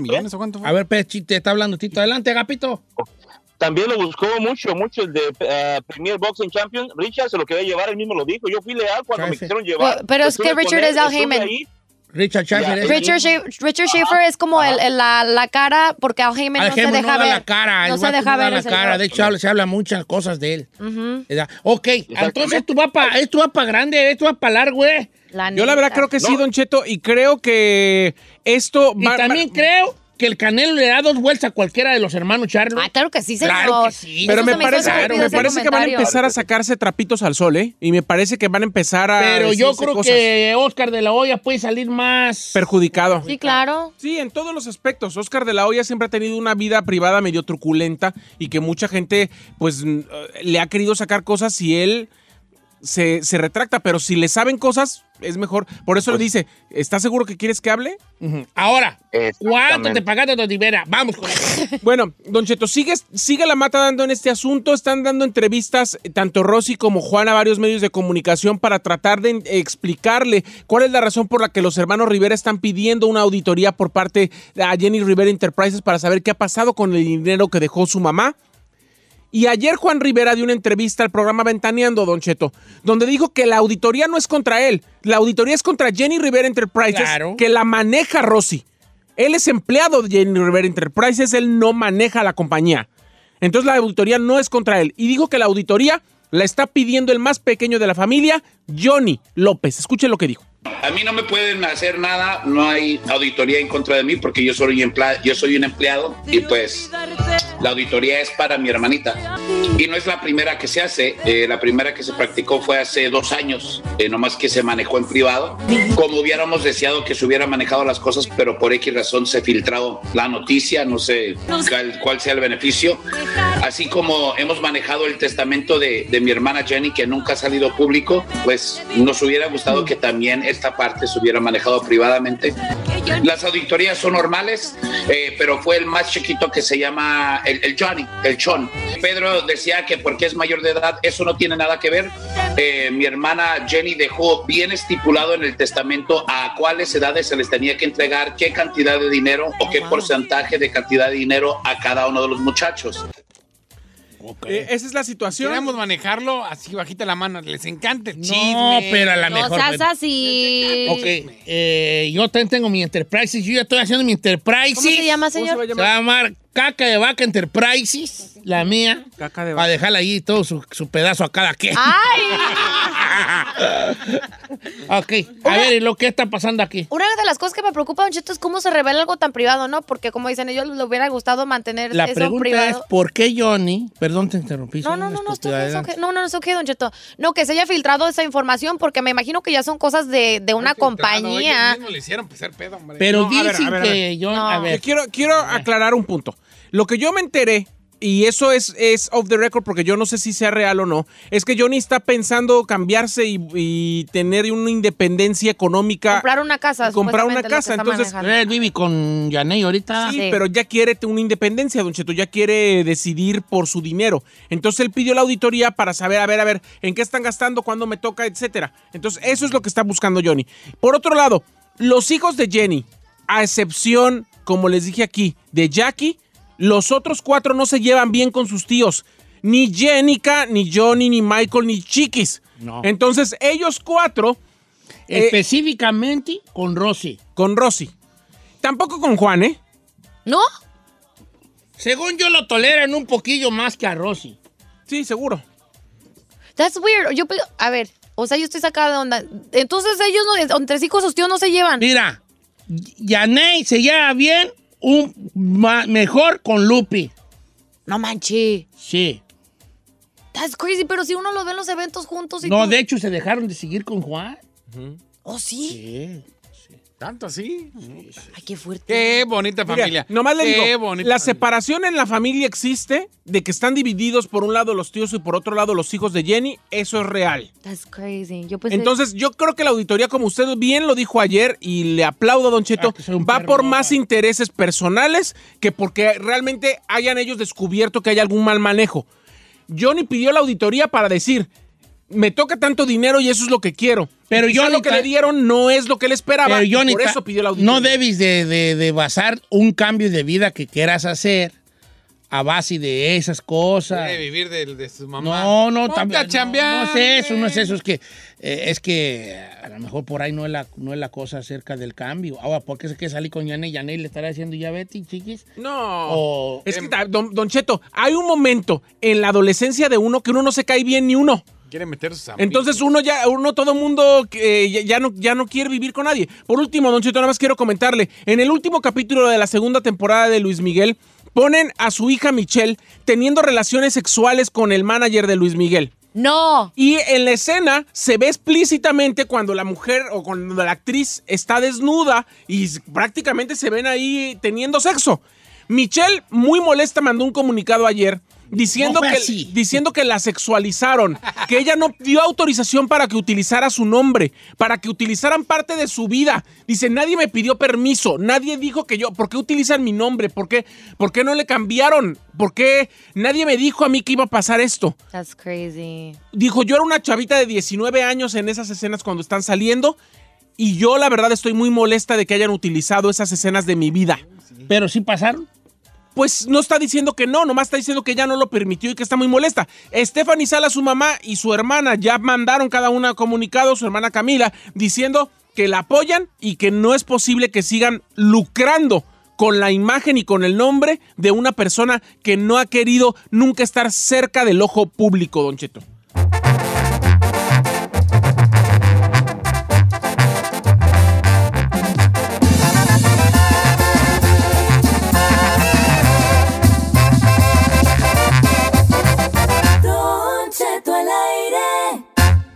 millones. A ver, Pechi, te está hablando Tito. Adelante, Agapito.
También lo buscó mucho, mucho el de eh, Premier Boxing Champion. Richard se lo quería llevar, él mismo lo dijo. Yo fui leal cuando me quisieron llevar.
Pero- pero es que
Estuve con
Richard
él,
es Al
estuve
Heyman.
ahí.
Richard Schaefer. ¿eh?
Richard, Schaefer Richard Schaefer es como el, el- la, la cara, porque Al Heyman
Al
no se
Heyman no
deja
da
ver.
la cara.
no
el
se
vato
deja
da
ver.
la
ese
cara.
señor.
De hecho, habla- se habla muchas cosas de él.
Ujú.
¿Verdad? Ok, entonces tú vas para esto va pa grande, esto va para largo, ¿eh?
Yo la verdad creo que sí, Don Cheto, y creo que esto
Y
va-
también
va-
creo que el Canelo le da dos vueltas a cualquiera de los hermanos Charlo. Ah,
claro que sí,
señor. Claro que sí.
Pero me parece, me parece que van a empezar a sacarse trapitos al sol, ¿eh? Y me parece que van a empezar a.
Pero yo
decirse
creo
cosas.
que Oscar de la Hoya puede salir más...
Perjudicado.
Sí, claro.
Sí, en todos los aspectos. Oscar de la Hoya siempre ha tenido una vida privada medio truculenta y que mucha gente, pues, mm, eh, le ha querido sacar cosas y él se, se retracta. Pero si le saben cosas, es mejor. Por eso le dice: ¿Estás seguro que quieres que hable?
Ahora, ¿cuánto te pagaste, Don Rivera? Vamos con
[laughs] Bueno, Don Cheto, sigue, sigue la mata dando en este asunto. Están dando entrevistas eh, tanto Rosy como Juan a varios medios de comunicación para tratar de en- explicarle cuál es la razón por la que los hermanos Rivera están pidiendo una auditoría por parte de a Jenny Rivera Enterprises para saber qué ha pasado con el dinero que dejó su mamá. Y ayer Juan Rivera dio una entrevista al programa Ventaneando, Don Cheto, donde dijo que la auditoría no es contra él, la auditoría es contra Jenny Rivera Enterprises,
Claro.
que la maneja Rosy. Él es empleado de Jenny Rivera Enterprises, él no maneja la compañía. Entonces la auditoría no es contra él. Y dijo que la auditoría la está pidiendo el más pequeño de la familia, Johnny López. Escuchen lo que dijo.
A mí no me pueden hacer nada, no hay auditoría en contra de mí porque yo soy, empla- yo soy un empleado y pues la auditoría es para mi hermanita. Y no es la primera que se hace, eh, la primera que se practicó fue hace dos años, eh, nomás que se manejó en privado, como hubiéramos deseado que se hubiera manejado las cosas, pero por X razón se filtró la noticia, no sé cuál, cuál sea el beneficio, así como hemos manejado el testamento de, de mi hermana Jenny que nunca ha salido público, pues nos hubiera gustado que también esta parte se hubiera manejado privadamente. Las auditorías son normales, eh, pero fue el más chiquito que se llama el, el Johnny, el Chon. Pedro decía que porque es mayor de edad, eso no tiene nada que ver. Eh, mi hermana Jenny dejó bien estipulado en el testamento a cuáles edades se les tenía que entregar, qué cantidad de dinero o qué porcentaje de cantidad de dinero a cada uno de los muchachos.
Eh, esa es la situación.
Queremos manejarlo así bajita la mano. Les encanta el chisme.
No, pero a la mejor... bueno.
así.
Ok, eh, yo también tengo mi Enterprises, yo ya estoy haciendo mi Enterprises.
¿Cómo se llama, señor?
Se va a llamar Caca de Vaca Enterprises, la mía.
Caca de
Para dejarle ahí todo su, su pedazo a cada quien.
Ah.
ok, a ver, ¿y lo que está pasando aquí?
Una de las cosas que me preocupa, Don Cheto, es cómo se revela algo tan privado, ¿no? Porque como dicen ellos, le hubiera gustado mantener
La
eso
pregunta es,
privado.
¿por qué Johnny? Perdón, te interrumpí.
No,
soy
no,
una
no, no, estoy,
estúpida,
es
adelante.
ok. no, no, no, es ok, Don Cheto. No, que se haya filtrado esa información porque me imagino que ya son cosas de, de una compañía.
le hicieron pisar pedo, hombre.
No, a ver, a ver, a ver.
eh.
Yo quiero, quiero aclarar un punto. Lo que yo me enteré, y eso es, es off the record porque yo no sé si sea real o no, es que Johnny está pensando cambiarse y, y tener una independencia económica.
Comprar una casa.
Y comprar una
supuestamente, lo que
casa,
está
entonces-
manejando.
Eh, Vivi con Yaney ahorita.
Sí, pero ya quiere una independencia, Don Cheto, ya quiere decidir por su dinero. Entonces él pidió la auditoría para saber, a ver, a ver, en qué están gastando, cuándo me toca, etcétera. Entonces, eso es lo que está buscando Johnny. Por otro lado, los hijos de Jenny, a excepción, como les dije aquí, de Jackie, los otros cuatro no se llevan bien con sus tíos. Ni Jenica, ni Johnny, ni Michael, ni Chiquis.
No.
Entonces, ellos cuatro. eh,
Específicamente con Rosy.
Con Rosy. Tampoco con Juan, ¿eh?
¿No?
Según yo lo toleran un poquillo más que a Rosy.
Sí, seguro.
That's weird. Yo, pe- a ver, o sea, yo estoy sacada de onda. Entonces ellos, no, entre sí con sus tíos no se llevan.
Mira, Yaney se lleva bien un ma- mejor con Lupi.
No manches.
Sí.
That's crazy, pero si uno lo ve en los eventos juntos y
No,
tú-
de hecho, se dejaron de seguir con Juan.
¿Oh, sí?
Sí.
¿Tanto así?
Ay, qué fuerte.
Qué bonita
Mira,
familia.
nomás le
Qué
digo,
bonita
la
familia.
separación en la familia existe, de que están divididos por un lado los tíos y por otro lado los hijos de Jenny, eso es real.
That's crazy. Yo pues, eh, pensé...
Entonces, yo creo que la auditoría, como usted bien lo dijo ayer, y le aplaudo a Don
Ah,
Cheto, va por más intereses personales que porque realmente hayan ellos descubierto que hay algún mal manejo. Johnny pidió la auditoría para decir, me toca tanto dinero y eso es lo que quiero.
Pero
yo
Johnny
lo que
ta-
le dieron no es lo que él esperaba,
Pero
y
Johnny,
Ah, por
ta-
eso pidió la auditoría.
No debes de, de- de basar un cambio de vida que quieras hacer a base de esas cosas.
Quiere vivir del- de, su mamá.
No, no,
Ponte
también.
a chambear.
No, no es eso, no es eso. Es que, eh, es que a lo mejor por ahí no es la, no es la cosa acerca del cambio. Ahora, ¿por qué es que salí con Yane y Yane le estará diciendo ya vete, chiquis?
No.
Oh, O-
es que, ta- don, don Cheto, hay un momento en la adolescencia de uno que uno no se cae bien ni uno.
Quiere meter sus amigos.
Entonces uno ya, uno todo mundo eh, ya, ya no, ya no quiere vivir con nadie. Por último, Don Cheto, nada más quiero comentarle, en el último capítulo de la segunda temporada de Luis Miguel, ponen a su hija Michelle teniendo relaciones sexuales con el manager de Luis Miguel.
No.
Y en la escena se ve explícitamente cuando la mujer o cuando la actriz está desnuda y s- prácticamente se ven ahí teniendo sexo. Michelle, muy molesta, mandó un comunicado ayer diciendo,
No fue
que,
así.
diciendo que la sexualizaron, que ella no dio autorización para que utilizara su nombre, para que utilizaran parte de su vida. Dice, nadie me pidió permiso, nadie dijo que yo, ¿por qué utilizan mi nombre? ¿Por qué, ¿Por qué no le cambiaron? ¿Por qué nadie me dijo a mí que iba a pasar esto?
That's crazy.
Dijo, yo era una chavita de 19 años en esas escenas cuando están saliendo y yo la verdad estoy muy molesta de que hayan utilizado esas escenas de mi vida.
Pero sí pasaron.
Pues no está diciendo que no, nomás está diciendo que ya no lo permitió y que está muy molesta. Stephanie Sala, su mamá y su hermana ya mandaron cada una comunicado, su hermana Camila, diciendo que la apoyan y que no es posible que sigan lucrando con la imagen y con el nombre de una persona que no ha querido nunca estar cerca del ojo público, Don Cheto.
Don Cheto al aire.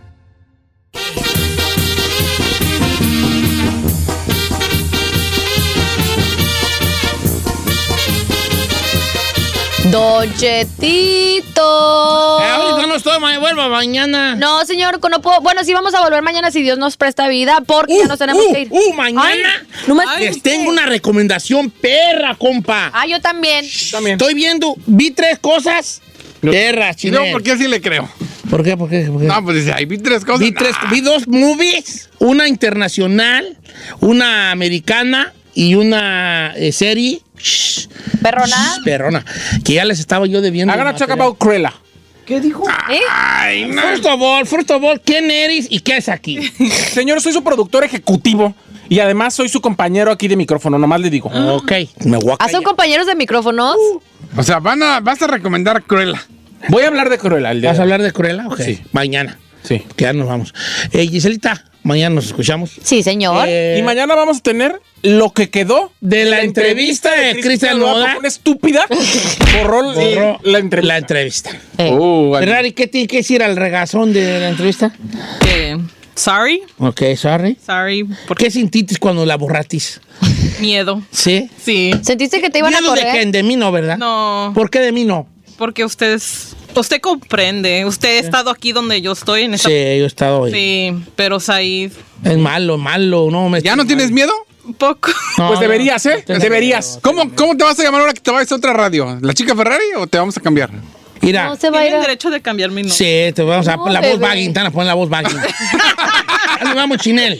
Dochetito.
Eh, ahorita no estoy, ma- vuelvo mañana.
Oh. No, señor, no puedo. Bueno, sí vamos a volver mañana si Dios nos presta vida, porque ya nos tenemos
uh,
que ir.
uh, mañana
Ay, no me-
les tengo una recomendación perra, compa.
Ah, yo también.
Estoy viendo, vi tres cosas perras,
No,
chinel.
porque así le creo.
¿Por qué? ¿Por qué? ¿Por qué?
No, pues dice, ahí vi tres cosas.
Vi, tres- vi dos movies, una internacional, una americana y una eh, serie. Shh,
Perrona.
shh, perrona. Que ya les estaba yo debiendo.
I'm gonna
material.
talk about Cruella.
¿Qué dijo?
¿Eh?
Ay, no.
First of all, first of all, ¿quién eres y qué es aquí?
Señor, soy su productor ejecutivo y además soy su compañero aquí de micrófono, nomás le digo.
ok, me voy a
Ah, son
callar.
compañeros de micrófonos.
O sea, van a, vas a recomendar Cruella.
Voy a hablar de Cruella el día
¿Vas
de
a
hoy.
hablar de Cruella? Ok,
Sí.
mañana.
Sí.
Que ya nos vamos. Eh, Giselita, mañana nos escuchamos.
Sí, señor.
Eh,
Y mañana vamos a tener lo que quedó
De la entrevista de Cristian
Nodal,
Nodal.
porque Una estúpida borró, el-
Borró
la entrevista.
La entrevista.
Eh.
Uh, ay,
Ferrari, ¿qué tiene que decir al regazón de la entrevista?
Eh, sorry,
Ok, sorry.
sorry,
¿Por qué sintiste cuando la borratis?
miedo.
¿Sí?
Sí.
¿Sentiste que te iban a
¿Miedo de
correr?
quién? De mí no, ¿verdad?
No,
¿Por qué de mí no?
porque usted es- usted comprende. Usted ha estado aquí donde yo estoy en esta
Sí, yo he estado hoy.
Sí, pero Said,
Es malo, malo. No, me
¿Ya no tienes miedo?
un poco.
No,
Pues
no.
deberías, ¿eh? Deberías.
¿Cómo, ¿Cómo te vas a llamar ahora que te vayas a otra radio? ¿La chica Ferrari o te vamos a cambiar?
Mira.
No se va a ir.
Tiene
a-
derecho de cambiar mi nombre.
Sí, te vamos a
No,
la
bebé.
voz Bagging, te van a poner la voz Bagging.
[laughs]
Ahí vamos, Chinel.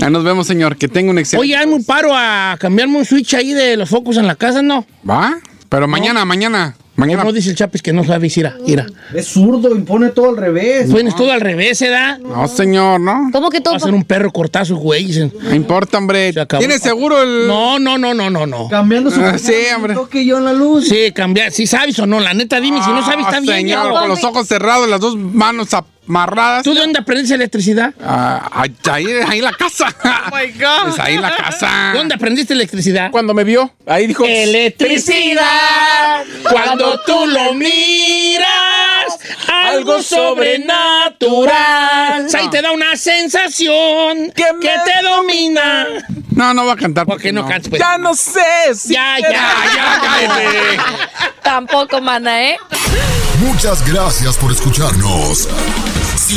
Ah, nos vemos, señor. Que tenga un excelente.
Oye, hazme un paro a cambiarme un switch ahí de los focos en la casa, ¿no?
¿Va? Pero mañana, mañana. Mañana.
No dice el Chapis que no sabe, Ira. Mira.
Es zurdo y pone todo al revés.
Suenes todo al revés, ¿eh? da?
No, señor, ¿no?
¿Cómo que
Va
todo?
a ser un perro cortazo, güey. dicen.
No importa, hombre.
Se acabó.
¿Tienes seguro el...?
No, no, no, no, no, no.
Cambiando su
Ah, sí, hombre.
toque yo en la luz.
Sí, cambiar. Si sabes o no, la neta, dime. Si no sabes, está
Ah,
bien.
Señor,
ya.
no,
con los
güey.
ojos cerrados, las dos manos a- marradas.
¿Tú de dónde aprendes electricidad?
ahí, ahí en la casa. Oh my [laughs] God. Pues ahí en la casa.
¿Dónde aprendiste electricidad?
Cuando me vio, ahí dijo.
Electricidad, cuando tú lo miras, algo sobrenatural. Ahí te da una sensación que, te domina.
No, no va a cantar.
¿Por qué no, cantas? pues?
Ya "Ah, no sé si.
Ya, ya, ya, cállate.
Tampoco, mana, ¿eh?
Muchas gracias por escucharnos. Si